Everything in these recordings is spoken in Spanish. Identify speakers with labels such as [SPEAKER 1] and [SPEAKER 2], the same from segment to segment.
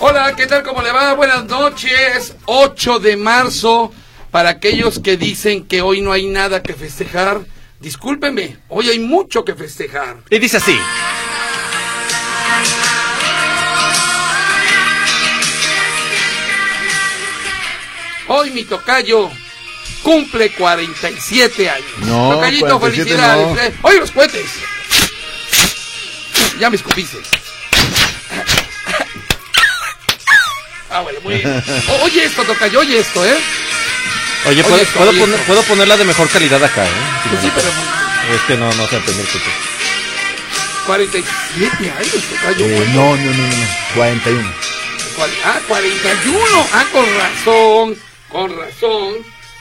[SPEAKER 1] Hola, ¿qué tal? ¿Cómo le va? Buenas noches. 8 de marzo. Para aquellos que dicen que hoy no hay nada que festejar, discúlpenme, hoy hay mucho que festejar.
[SPEAKER 2] Y dice así.
[SPEAKER 1] Hoy mi tocayo cumple 47 años.
[SPEAKER 3] No,
[SPEAKER 1] Tocayito,
[SPEAKER 3] 47 no.
[SPEAKER 1] felicidades. Hoy los cohetes. Ya me escupiste. Ah, bueno, muy bien. O- oye esto, tocayo, oye esto, ¿eh?
[SPEAKER 2] Oye, ¿puedo,
[SPEAKER 1] Oye,
[SPEAKER 2] puedo
[SPEAKER 1] oye,
[SPEAKER 2] poner-
[SPEAKER 1] esto.
[SPEAKER 2] puedo ponerla de mejor calidad acá, ¿eh? Si
[SPEAKER 1] Pues
[SPEAKER 2] me
[SPEAKER 1] sí, pero
[SPEAKER 2] notas. Es que no, no sé aprender cucho.
[SPEAKER 1] 47 años, tocayo.
[SPEAKER 3] Eh,
[SPEAKER 1] bueno.
[SPEAKER 3] no, no, no, no, no. 41.
[SPEAKER 1] Cual- Ah, 41. Ah, con razón. Con razón.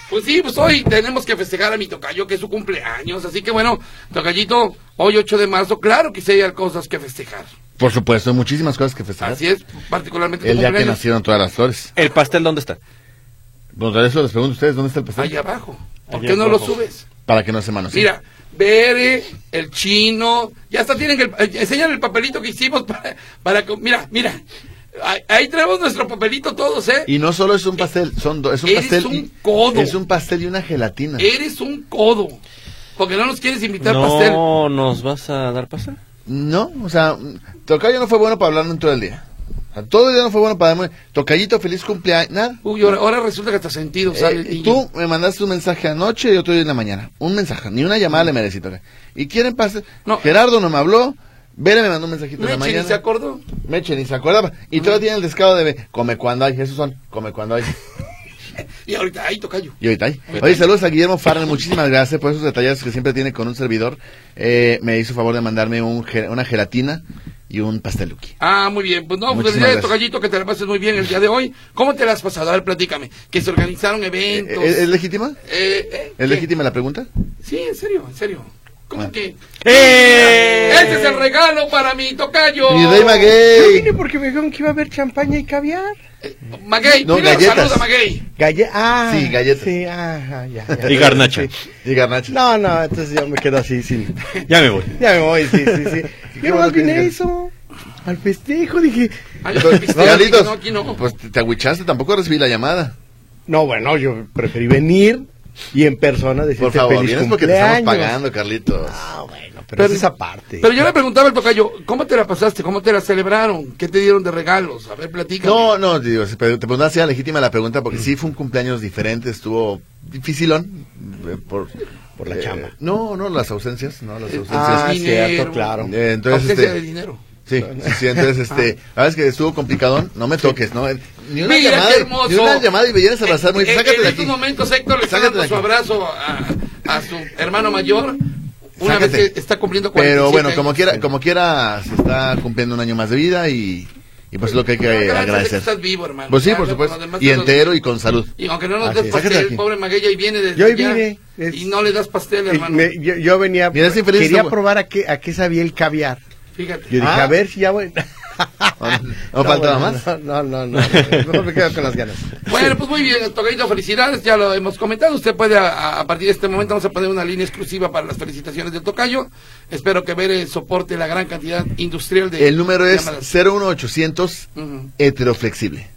[SPEAKER 1] Pues sí, pues hoy tenemos que festejar a mi tocayo, que es su cumpleaños. Así que bueno, tocayito, hoy 8 de marzo, claro que sí hay cosas que festejar.
[SPEAKER 3] Por supuesto, hay muchísimas cosas que festejar.
[SPEAKER 1] Así es, particularmente tu
[SPEAKER 3] El día que
[SPEAKER 1] cumpleaños.
[SPEAKER 3] nacieron todas las flores.
[SPEAKER 2] ¿El pastel dónde está?
[SPEAKER 3] Bueno, de eso les pregunto a ustedes, ¿dónde está el pastel?
[SPEAKER 1] Allá abajo. ¿Por
[SPEAKER 2] Allá
[SPEAKER 1] qué no lo
[SPEAKER 2] abajo.
[SPEAKER 1] subes?
[SPEAKER 3] Para que no se manoseen.
[SPEAKER 1] Ah, Mira, Bere, el chino, ya está, tienen el, eh, enseñan el papelito que hicimos para, para co- mira, mira, ahí, ahí traemos nuestro papelito todos, ¿eh?
[SPEAKER 3] Y no solo es un pastel, son do- es un
[SPEAKER 1] Eres
[SPEAKER 3] pastel.
[SPEAKER 1] un
[SPEAKER 3] y-
[SPEAKER 1] codo. Eh.
[SPEAKER 3] Es un pastel y una gelatina.
[SPEAKER 1] Eres un codo, porque no nos quieres invitar pastel.
[SPEAKER 2] No, ¿nos vas a dar pastel?
[SPEAKER 3] No, o sea, mm, Tocayo no fue bueno para hablar en todo el día. O sea, todo el día no fue bueno para darme. Tocayito, feliz cumpleaños. Nada.
[SPEAKER 1] Uy, ahora, ahora resulta que hasta sentido sale el
[SPEAKER 3] Eh,
[SPEAKER 1] niño.
[SPEAKER 3] tú me mandaste un mensaje anoche y otro día en la mañana. Un mensaje, ni una llamada le merecí. Tocayo. Y quieren pastel.
[SPEAKER 1] No.
[SPEAKER 3] Gerardo no me habló. Vera me mandó un mensajito en
[SPEAKER 1] Meche
[SPEAKER 3] la
[SPEAKER 1] ni
[SPEAKER 3] mañana.
[SPEAKER 1] se acordó.
[SPEAKER 3] Meche ni se acordaba. Y todavía tiene el descaro de ve- come cuando hay. Esos son come cuando hay.
[SPEAKER 1] Y ahorita, ahí tocayo.
[SPEAKER 3] Y ahorita hay.
[SPEAKER 4] Pues
[SPEAKER 3] Oye, saludos a Guillermo Farrell. Muchísimas gracias por esos detalles que siempre tiene con un servidor. Eh, me hizo favor de mandarme un ge- una gelatina y un Eh, pasteluki.
[SPEAKER 1] Ah, muy bien. Pues no,
[SPEAKER 3] Muchísimas
[SPEAKER 1] felicidades,
[SPEAKER 3] gracias.
[SPEAKER 1] tocayito, que te la pases muy bien el día de hoy. ¿Cómo te la has pasado? A ver, platícame. Que se organizaron
[SPEAKER 3] Eh,
[SPEAKER 1] eventos.
[SPEAKER 3] ¿Es, es legítima?
[SPEAKER 1] Eh, eh, ¿qué?
[SPEAKER 3] ¿Es legítima la pregunta?
[SPEAKER 1] Sí, en serio, en serio. ¿Cómo
[SPEAKER 3] Ah.
[SPEAKER 1] que?
[SPEAKER 2] ¡Eh!
[SPEAKER 1] Este es el regalo para mi tocayo.
[SPEAKER 3] Mi rey
[SPEAKER 4] Yo
[SPEAKER 3] maguey.
[SPEAKER 4] vine porque me dijeron que iba a haber champaña y caviar.
[SPEAKER 1] Eh, Maguey,
[SPEAKER 3] No,
[SPEAKER 1] primero
[SPEAKER 3] galletas.
[SPEAKER 1] saluda, Maguey.
[SPEAKER 4] Galle ah,
[SPEAKER 3] Sí, galletas.
[SPEAKER 4] Sí, ajá, ya, ya.
[SPEAKER 2] Y garnacha.
[SPEAKER 4] Sí.
[SPEAKER 3] Y garnacha.
[SPEAKER 4] No, no, entonces yo me quedo así, sin.
[SPEAKER 2] Ya me voy.
[SPEAKER 4] Ya me voy, sí, sí, sí.
[SPEAKER 3] Qué bueno
[SPEAKER 4] Yo nomás
[SPEAKER 3] que
[SPEAKER 4] vine a
[SPEAKER 3] digas.
[SPEAKER 4] eso. Al festejo dije.
[SPEAKER 1] Ay,
[SPEAKER 3] Pero,
[SPEAKER 1] ¿viste?
[SPEAKER 3] Carlitos,
[SPEAKER 1] No, aquí no.
[SPEAKER 3] Pues te te agüichaste, tampoco recibí la llamada.
[SPEAKER 4] No, bueno, yo preferí venir y en persona decirte
[SPEAKER 3] Por favor,
[SPEAKER 4] feliz
[SPEAKER 3] vienes
[SPEAKER 4] cumpleaños.
[SPEAKER 3] porque te estamos pagando, Carlitos.
[SPEAKER 4] Ah, bueno, pero,
[SPEAKER 1] Pero-
[SPEAKER 4] es esa parte.
[SPEAKER 1] Pero yo le preguntaba al tocayo, ¿cómo te la pasaste? ¿Cómo te la celebraron? ¿Qué te dieron de regalos? A ver, platícame.
[SPEAKER 3] No, no, digo, te preguntaba si era legítima la pregunta
[SPEAKER 1] Mm.
[SPEAKER 3] porque sí fue un cumpleaños diferente, estuvo dificilón eh, por,
[SPEAKER 4] Por la chamba.
[SPEAKER 3] No, no, las ausencias, no, las
[SPEAKER 1] Eh,
[SPEAKER 3] ausencias.
[SPEAKER 4] ah,
[SPEAKER 1] Entonces, dinero.
[SPEAKER 4] cierto, claro.
[SPEAKER 3] Eh, entonces,
[SPEAKER 1] Ausencia
[SPEAKER 3] este,
[SPEAKER 1] de dinero. Ah.
[SPEAKER 3] sí, sí, sí, entonces, este, la verdad es que estuvo complicadón, no me toques, ¿no? Eh, Ni una
[SPEAKER 1] Mira
[SPEAKER 3] llamada,
[SPEAKER 1] qué hermoso.
[SPEAKER 3] ni una llamada y me vienes a abrazar, muy,
[SPEAKER 1] En- en-
[SPEAKER 3] sácate de
[SPEAKER 1] En
[SPEAKER 3] aquí.
[SPEAKER 1] estos momentos Héctor le está
[SPEAKER 3] Sácate
[SPEAKER 1] dando
[SPEAKER 3] de
[SPEAKER 1] su
[SPEAKER 3] aquí.
[SPEAKER 1] abrazo a, a su hermano mayor. Una
[SPEAKER 3] Sácate.
[SPEAKER 1] vez que está cumpliendo 47
[SPEAKER 3] Pero bueno, como
[SPEAKER 1] años.
[SPEAKER 3] quiera, como quiera, se está cumpliendo un año más de vida y, y pues es lo que hay que
[SPEAKER 1] Pero gracias a que
[SPEAKER 3] agradecer.
[SPEAKER 1] estás vivo, hermano.
[SPEAKER 3] Pues sí,
[SPEAKER 1] Ya,
[SPEAKER 3] por
[SPEAKER 1] lo-
[SPEAKER 3] supuesto,
[SPEAKER 1] lo demás
[SPEAKER 3] y
[SPEAKER 1] te lo-
[SPEAKER 3] entero y con salud.
[SPEAKER 1] Y aunque no nos
[SPEAKER 3] Así
[SPEAKER 1] des
[SPEAKER 3] es. Sácate de
[SPEAKER 1] pastel,
[SPEAKER 3] aquí.
[SPEAKER 1] pobre Maguey, ahí viene desde
[SPEAKER 4] Yo ahí
[SPEAKER 1] allá,
[SPEAKER 4] vine, es-
[SPEAKER 1] Y no le das pastel,
[SPEAKER 4] Y
[SPEAKER 1] hermano.
[SPEAKER 4] Eh, me- yo, yo venía.
[SPEAKER 3] Mira, ese infeliz
[SPEAKER 4] quería
[SPEAKER 3] no-
[SPEAKER 4] probar a qué, a qué sabía el caviar.
[SPEAKER 1] Fíjate.
[SPEAKER 4] Yo dije,
[SPEAKER 3] Ah.
[SPEAKER 4] a ver si ya voy.
[SPEAKER 1] Ah,
[SPEAKER 3] ¿No faltaba
[SPEAKER 4] bueno,
[SPEAKER 3] más?
[SPEAKER 4] No, no, no. no. Mejor me quedo con las ganas.
[SPEAKER 1] Bueno, pues muy bien, Tocadito, felicidades, ya lo hemos comentado. Usted puede, a, a partir de este momento, vamos a poner una línea exclusiva para las felicitaciones del Tocayo. Espero que Bere soporte la gran cantidad industrial de.
[SPEAKER 3] El número es
[SPEAKER 1] llamadas.
[SPEAKER 3] 01800
[SPEAKER 1] Ujú.
[SPEAKER 3] heteroflexible.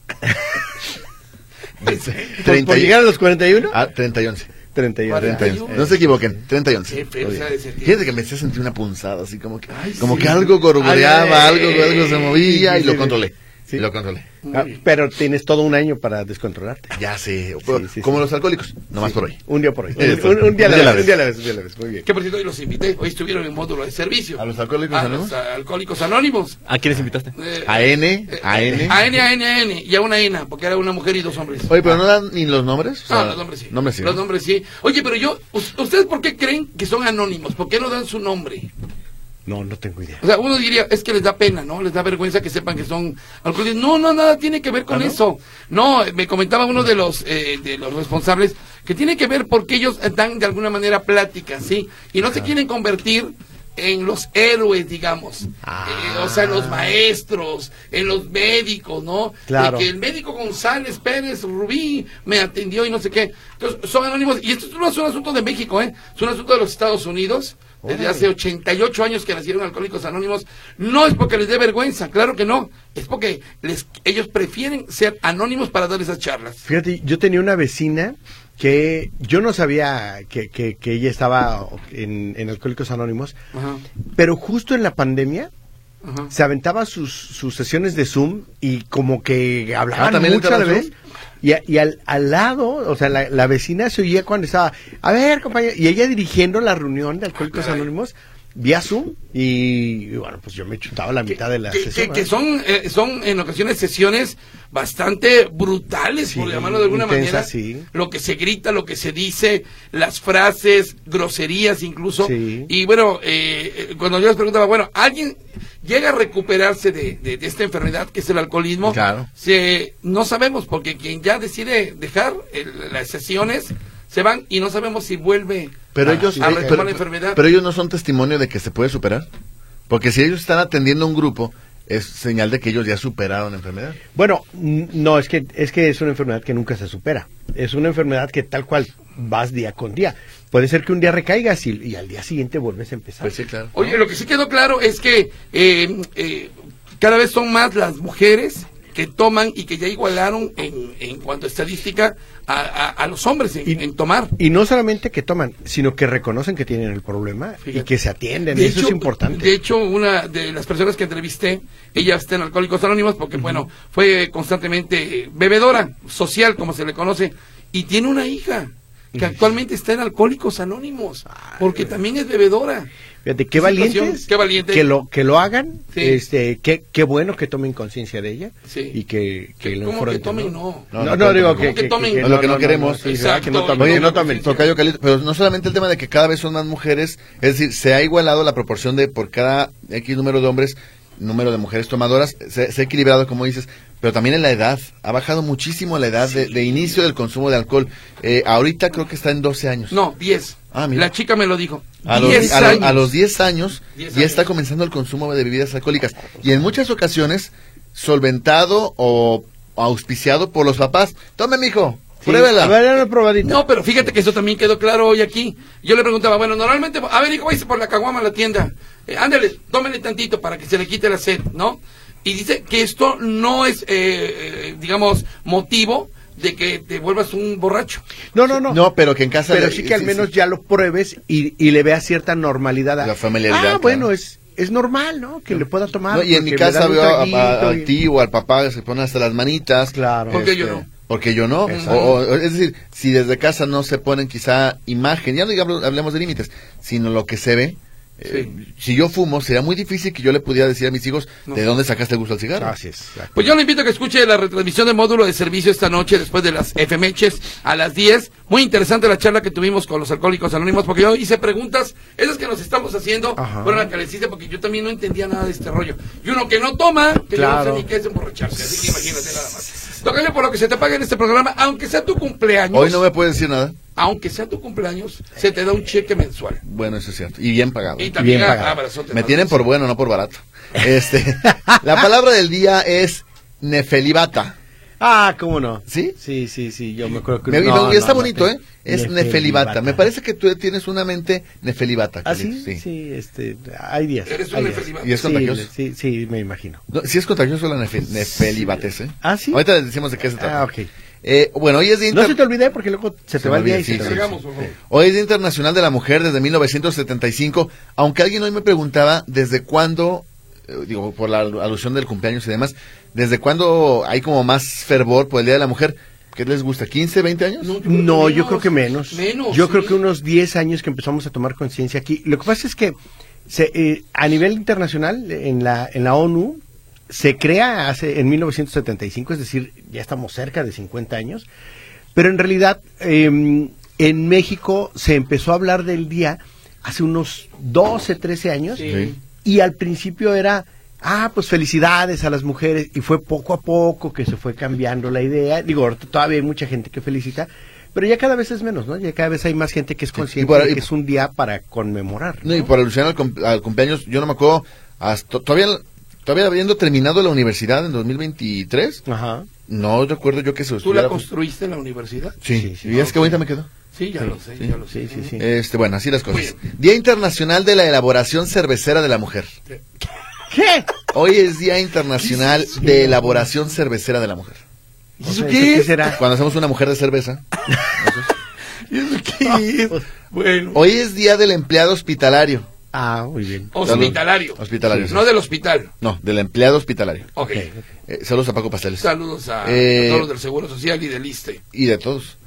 [SPEAKER 4] ¿Por, por llegar a los 41?
[SPEAKER 3] Ah, 30 y 11.
[SPEAKER 4] 31.
[SPEAKER 1] 40 y
[SPEAKER 4] 31.
[SPEAKER 3] 31. No
[SPEAKER 1] Eh.
[SPEAKER 3] se equivoquen, 30 y 11.
[SPEAKER 1] Qué feo,
[SPEAKER 3] Muy bien.
[SPEAKER 1] o sea, de sentir-
[SPEAKER 3] Fíjate que me hacía sentir una punzada, así como que,
[SPEAKER 1] Ay,
[SPEAKER 3] como
[SPEAKER 1] sí.
[SPEAKER 3] que algo gorgoreaba,
[SPEAKER 4] Ay,
[SPEAKER 3] algo, algo se movía
[SPEAKER 4] sí,
[SPEAKER 3] y
[SPEAKER 4] sí,
[SPEAKER 3] lo
[SPEAKER 4] sí.
[SPEAKER 3] controlé.
[SPEAKER 4] Sí.
[SPEAKER 3] Y lo controlé.
[SPEAKER 1] Muy
[SPEAKER 4] Ah,
[SPEAKER 1] bien.
[SPEAKER 4] pero tienes todo un año para descontrolarte.
[SPEAKER 3] Ya sé,
[SPEAKER 4] sí,
[SPEAKER 3] como
[SPEAKER 4] sí.
[SPEAKER 3] los alcohólicos, nomás por hoy.
[SPEAKER 4] Un día por hoy.
[SPEAKER 3] Eso.
[SPEAKER 4] Un, un- un día a la vez. Un día a la vez. Un día a la vez. Muy bien.
[SPEAKER 1] Que por cierto, hoy los invité. Hoy estuvieron en módulo de servicio.
[SPEAKER 3] ¿A los alcohólicos
[SPEAKER 1] A
[SPEAKER 3] anónimos?
[SPEAKER 1] los, ah, alcohólicos anónimos.
[SPEAKER 2] ¿A quiénes invitaste?
[SPEAKER 1] Eh,
[SPEAKER 3] A N,
[SPEAKER 1] eh,
[SPEAKER 3] a N.
[SPEAKER 1] A N, a N, a N. Y a una ENA, porque era una mujer y dos hombres.
[SPEAKER 3] Oye, pero no dan ni los nombres. O sea,
[SPEAKER 1] Ah, los nombres sí.
[SPEAKER 3] Nombres sí.
[SPEAKER 1] Los
[SPEAKER 3] ¿no?
[SPEAKER 1] nombres sí. Oye, pero yo, ¿us- ¿ustedes por qué creen que son anónimos? ¿Por qué no dan su nombre?
[SPEAKER 4] No, no tengo idea.
[SPEAKER 1] O sea, uno diría, es que les da pena, ¿no? Les da vergüenza que sepan que son alcohólicos. No, no, nada tiene que ver con eso. No, eh, me comentaba uno de los, eh, de los responsables que tiene que ver porque ellos eh, dan de alguna manera plática, ¿sí? Y no se quieren convertir en los héroes, digamos. Eh, o sea, en los maestros, en los médicos, ¿no?
[SPEAKER 4] Claro.
[SPEAKER 1] De que el médico González Pérez Rubí me atendió y no sé qué. Entonces, son anónimos. Y esto no es un asunto de México, ¿eh? Es un asunto de los Estados Unidos desde hace 88 años que nacieron alcohólicos anónimos, no es porque les dé vergüenza, claro que no, es porque les, ellos prefieren ser anónimos para dar esas charlas.
[SPEAKER 4] Fíjate, yo tenía una vecina que yo no sabía que, que- que ella estaba en, en Alcohólicos Anónimos,
[SPEAKER 1] Ajá,
[SPEAKER 4] pero justo en la pandemia
[SPEAKER 1] ajá.
[SPEAKER 4] se aventaba sus, sus sesiones de Zoom y como que
[SPEAKER 3] Ah,
[SPEAKER 4] hablaban
[SPEAKER 3] ¿también le
[SPEAKER 4] mucho a la
[SPEAKER 3] entraba
[SPEAKER 4] vez.
[SPEAKER 3] Zoom?
[SPEAKER 4] Y, a- y al, al lado, o sea, la, la vecina se oía cuando estaba, a ver, compañero, y ella dirigiendo la reunión de Alcohólicos
[SPEAKER 1] Caray.
[SPEAKER 4] Anónimos vía Zoom y, bueno, pues yo me chutaba la mitad de la
[SPEAKER 1] Que,
[SPEAKER 4] sesión.
[SPEAKER 1] que- que
[SPEAKER 4] ¿verdad?
[SPEAKER 1] son, eh, son en ocasiones sesiones bastante brutales, por
[SPEAKER 4] Sí,
[SPEAKER 1] llamarlo de alguna
[SPEAKER 4] intensas,
[SPEAKER 1] manera.
[SPEAKER 4] sí.
[SPEAKER 1] Lo que se grita, lo que se dice, las frases, groserías incluso.
[SPEAKER 4] Sí.
[SPEAKER 1] Y bueno, eh, eh, cuando yo les preguntaba, bueno, ¿alguien llega a recuperarse de, de- de esta enfermedad que es el alcoholismo?
[SPEAKER 3] Claro.
[SPEAKER 1] Se- no sabemos, porque quien ya decide dejar el- las sesiones, se van y no sabemos si vuelve
[SPEAKER 3] Pero
[SPEAKER 1] a,
[SPEAKER 3] ellos,
[SPEAKER 1] a
[SPEAKER 3] eh,
[SPEAKER 1] retomar
[SPEAKER 3] pero,
[SPEAKER 1] la enfermedad.
[SPEAKER 3] pero ellos no son testimonio de que se puede superar. Porque si ellos están atendiendo a un grupo, es señal de que ellos ya superaron la enfermedad.
[SPEAKER 4] Bueno, n- no, es que, es que es una enfermedad que nunca se supera. Es una enfermedad que tal cual vas día con día. Puede ser que un día recaigas y, y al día siguiente vuelves a empezar.
[SPEAKER 3] Pues sí, claro.
[SPEAKER 1] Oye, lo que sí quedó claro es que eh, eh, cada vez son más las mujeres que toman y que ya igualaron en, en cuanto a estadística a, a- a los hombres en,
[SPEAKER 4] Y-
[SPEAKER 1] en tomar.
[SPEAKER 4] Y no solamente que toman, sino que reconocen que tienen el problema y
[SPEAKER 1] Fíjate.
[SPEAKER 4] que se atienden.
[SPEAKER 1] De
[SPEAKER 4] Eso
[SPEAKER 1] hecho-
[SPEAKER 4] es importante.
[SPEAKER 1] De hecho, una de las personas que entrevisté, ella está en Alcohólicos Anónimos porque, bueno, fue constantemente eh, bebedora, social, como se le conoce, y tiene una hija que actualmente está en Alcohólicos Anónimos porque también es bebedora.
[SPEAKER 4] Fíjate,
[SPEAKER 1] qué
[SPEAKER 4] qué valientes.
[SPEAKER 1] situación, qué valiente.
[SPEAKER 4] Que lo, que lo hagan.
[SPEAKER 1] Sí.
[SPEAKER 4] Este, qué, qué bueno que tomen conciencia de ella.
[SPEAKER 1] Sí.
[SPEAKER 4] Y que, que lo
[SPEAKER 1] ¿Cómo que
[SPEAKER 4] enfronten,
[SPEAKER 1] tomen?
[SPEAKER 4] ¿no?
[SPEAKER 1] No.
[SPEAKER 4] No,
[SPEAKER 3] No,
[SPEAKER 4] no,
[SPEAKER 3] no tomen,
[SPEAKER 4] digo
[SPEAKER 3] ¿cómo
[SPEAKER 4] que,
[SPEAKER 1] que tomen?
[SPEAKER 3] Es lo que no queremos.
[SPEAKER 4] sí, ¿verdad? que no
[SPEAKER 1] Exacto.
[SPEAKER 4] tomen.
[SPEAKER 3] Oye,
[SPEAKER 4] que no
[SPEAKER 3] no
[SPEAKER 4] tomen.
[SPEAKER 3] tomen, tocayo Calixto, pero no solamente el tema de que cada vez son más mujeres, es decir, se ha igualado la proporción de por cada X número de hombres, número de mujeres tomadoras, se, se ha equilibrado, como dices, pero también en la edad, ha bajado muchísimo la edad de, de inicio del consumo de alcohol. Eh, ahorita creo que está en 12 años.
[SPEAKER 1] No, 10.
[SPEAKER 3] Ah, mira.
[SPEAKER 1] la chica me lo dijo.
[SPEAKER 3] A los,
[SPEAKER 1] 10
[SPEAKER 3] a lo-
[SPEAKER 1] años.
[SPEAKER 3] a los 10 años
[SPEAKER 1] 10
[SPEAKER 3] ya está
[SPEAKER 1] años.
[SPEAKER 3] comenzando el consumo de bebidas alcohólicas y en muchas ocasiones solventado o auspiciado por los papás. Tome, mijo,
[SPEAKER 4] Sí. A
[SPEAKER 3] pruébela.
[SPEAKER 4] ver, una probadita.
[SPEAKER 1] No, pero fíjate que eso también quedó claro hoy aquí. Yo le preguntaba, bueno, normalmente, a ver, hijo, váyase por la caguama a la tienda. Eh, ándale, tómele tantito para que se le quite la sed, ¿no? Y dice que esto no es, eh, eh, digamos, motivo de que te vuelvas un borracho.
[SPEAKER 4] No, no, no.
[SPEAKER 3] No, pero que en casa...
[SPEAKER 4] Pero
[SPEAKER 3] le-
[SPEAKER 4] sí que al menos ya lo pruebes y, y le veas cierta normalidad. a-
[SPEAKER 3] La familiaridad,
[SPEAKER 4] Ah,
[SPEAKER 3] claro.
[SPEAKER 4] bueno, es, es normal, ¿no? Que le pueda tomar.
[SPEAKER 3] No, y en mi
[SPEAKER 4] Ah, porque le
[SPEAKER 3] casa
[SPEAKER 4] dan un
[SPEAKER 3] veo a, a-
[SPEAKER 4] traguito y-
[SPEAKER 3] al tío o al papá que se ponen hasta las manitas.
[SPEAKER 4] Claro.
[SPEAKER 1] Porque yo no.
[SPEAKER 3] Porque yo no.
[SPEAKER 4] Exacto.
[SPEAKER 3] O- o- es decir, si desde casa no se ponen quizá imagen, ya no digamos, hablemos de límites, sino lo que se ve. eh, si yo fumo, sería muy difícil que yo le pudiera decir a mis hijos
[SPEAKER 1] No.
[SPEAKER 3] de dónde sacaste el gusto al cigarro.
[SPEAKER 4] Así es.
[SPEAKER 1] Pues yo le invito a que escuche la retransmisión del módulo de servicio esta noche después de las FMHs a las 10. Muy interesante la charla que tuvimos con los alcohólicos anónimos porque yo hice preguntas, esas que nos estamos haciendo,
[SPEAKER 4] Ajá.
[SPEAKER 1] fueron las que les hice porque yo también no entendía nada de este rollo. Y uno que no toma, que yo
[SPEAKER 4] Claro.
[SPEAKER 1] no sé ni qué es emborracharse, así que imagínate nada más. Tócale por lo que se te pague en este programa, aunque sea tu cumpleaños,
[SPEAKER 3] Hoy no me puedes decir nada.
[SPEAKER 1] aunque sea tu cumpleaños, se te da un cheque mensual.
[SPEAKER 3] Bueno, eso es cierto. Y bien pagado.
[SPEAKER 1] Y también
[SPEAKER 4] Bien
[SPEAKER 1] a-
[SPEAKER 4] pagado.
[SPEAKER 1] abrazote,
[SPEAKER 3] Me
[SPEAKER 1] ¿no?
[SPEAKER 3] tienen por bueno, no por barato. Este, la palabra del día es nefelibata.
[SPEAKER 4] Ah, ¿cómo no?
[SPEAKER 3] ¿Sí?
[SPEAKER 4] Sí, sí, sí. Yo me acuerdo que.
[SPEAKER 3] Me- y
[SPEAKER 4] No,
[SPEAKER 3] me- y está
[SPEAKER 4] no, no,
[SPEAKER 3] bonito,
[SPEAKER 4] te-
[SPEAKER 3] ¿eh? Es nefelibata. Me parece que tú tienes una mente nefelibata.
[SPEAKER 4] ¿Ah, sí?
[SPEAKER 3] Calixto,
[SPEAKER 4] sí, este, hay días.
[SPEAKER 1] Eres un
[SPEAKER 4] hay días.
[SPEAKER 1] nefelibata.
[SPEAKER 3] Y es
[SPEAKER 4] Sí,
[SPEAKER 3] contagioso.
[SPEAKER 4] le- Sí, sí, me imagino.
[SPEAKER 3] No, sí es contagioso la nefe- nefelibates, ¿eh?
[SPEAKER 4] Ah, ¿sí?
[SPEAKER 3] Ahorita les decimos de qué se trata.
[SPEAKER 4] Ah, ok.
[SPEAKER 3] Eh, bueno, hoy es Día
[SPEAKER 4] No
[SPEAKER 3] Inter-
[SPEAKER 4] se te olvide porque luego se, te
[SPEAKER 3] me
[SPEAKER 4] va el día
[SPEAKER 3] olvida,
[SPEAKER 4] y se
[SPEAKER 3] sí,
[SPEAKER 4] te
[SPEAKER 3] sí,
[SPEAKER 4] olvida.
[SPEAKER 1] Sigamos, por favor.
[SPEAKER 3] Hoy es Día Internacional de la Mujer desde 1975, aunque alguien hoy me preguntaba desde cuándo, eh, digo, por la al- alusión del cumpleaños y demás, desde cuándo hay como más fervor por el Día de la Mujer. ¿Qué les gusta? ¿15, 20 años?
[SPEAKER 1] No, Pues yo creo que
[SPEAKER 4] No, yo
[SPEAKER 1] menos.
[SPEAKER 4] creo que menos.
[SPEAKER 1] Menos,
[SPEAKER 4] yo
[SPEAKER 1] sí.
[SPEAKER 4] creo que unos 10 años que empezamos a tomar conciencia aquí. Lo que pasa es que se, eh, a nivel internacional, en la, en la ONU, se crea hace, en 1975, es decir, ya estamos cerca de 50 años, pero en realidad eh, en México se empezó a hablar del día hace unos 12, 13 años.
[SPEAKER 1] Sí.
[SPEAKER 4] Y al principio era, ah, pues felicidades a las mujeres. Y fue poco a poco que se fue cambiando la idea. Digo, ahorita todavía hay mucha gente que felicita, pero ya cada vez es menos, ¿no? Ya cada vez hay más gente que es consciente
[SPEAKER 3] para-
[SPEAKER 4] de
[SPEAKER 3] y-
[SPEAKER 4] que es un día para conmemorar. ¿no?
[SPEAKER 3] No, y para alusionar al, cum- al cumpleaños, yo no me acuerdo, hasta, todavía, todavía habiendo terminado la universidad en 2023,
[SPEAKER 4] Ajá.
[SPEAKER 3] no recuerdo yo que se lo
[SPEAKER 1] ¿Tú la
[SPEAKER 3] estuviera-
[SPEAKER 1] construiste en la universidad?
[SPEAKER 3] Sí,
[SPEAKER 4] Sí, sí.
[SPEAKER 3] y es que bonita me quedó.
[SPEAKER 1] Sí, ya lo sé,
[SPEAKER 3] sí,
[SPEAKER 1] ya lo sé.
[SPEAKER 4] Sí, sí, sí.
[SPEAKER 3] Este, bueno, así las cosas. Día Internacional de la Elaboración Cervecera de la Mujer.
[SPEAKER 4] ¿Qué?
[SPEAKER 3] Hoy es Día Internacional de Elaboración Cervecera de la Mujer.
[SPEAKER 1] ¿Y eso
[SPEAKER 4] O sea,
[SPEAKER 1] qué es?
[SPEAKER 4] será?
[SPEAKER 3] Cuando hacemos una mujer de cerveza.
[SPEAKER 1] ¿Y eso qué
[SPEAKER 3] Ah,
[SPEAKER 1] es?
[SPEAKER 3] pues,
[SPEAKER 1] Bueno,
[SPEAKER 3] Hoy es Día del Empleado Hospitalario.
[SPEAKER 4] Ah, muy bien.
[SPEAKER 1] Oh. hospitalario.
[SPEAKER 3] Hospitalario, sí.
[SPEAKER 1] No del hospital.
[SPEAKER 3] No, del empleado hospitalario.
[SPEAKER 1] Ok.
[SPEAKER 3] Eh, saludos a Paco Pasteles.
[SPEAKER 1] Saludos a,
[SPEAKER 3] Eh,
[SPEAKER 1] a todos los del Seguro Social y del ISTE.
[SPEAKER 3] y de todos.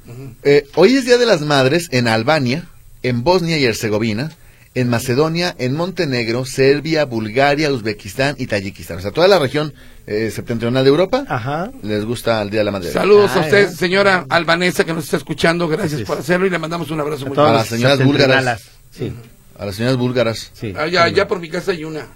[SPEAKER 3] Eh, hoy es Día de las Madres en Albania, en Bosnia y Herzegovina, en Macedonia, en Montenegro, Serbia, Bulgaria, Uzbekistán y Tayikistán. O sea, toda la región eh, septentrional de Europa
[SPEAKER 4] Ajá.
[SPEAKER 3] les gusta el Día de la Madre.
[SPEAKER 1] Saludos a
[SPEAKER 4] Ah,
[SPEAKER 1] usted,
[SPEAKER 4] ya.
[SPEAKER 1] señora albanesa, que nos está escuchando. Gracias
[SPEAKER 4] Gracias.
[SPEAKER 1] por hacerlo y le mandamos un abrazo muy
[SPEAKER 3] todas
[SPEAKER 1] grande.
[SPEAKER 3] las señoras
[SPEAKER 4] septentrionales. Sí,
[SPEAKER 3] A las señoras búlgaras.
[SPEAKER 4] sí.
[SPEAKER 1] Allá, allá Ah, por mi casa hay una.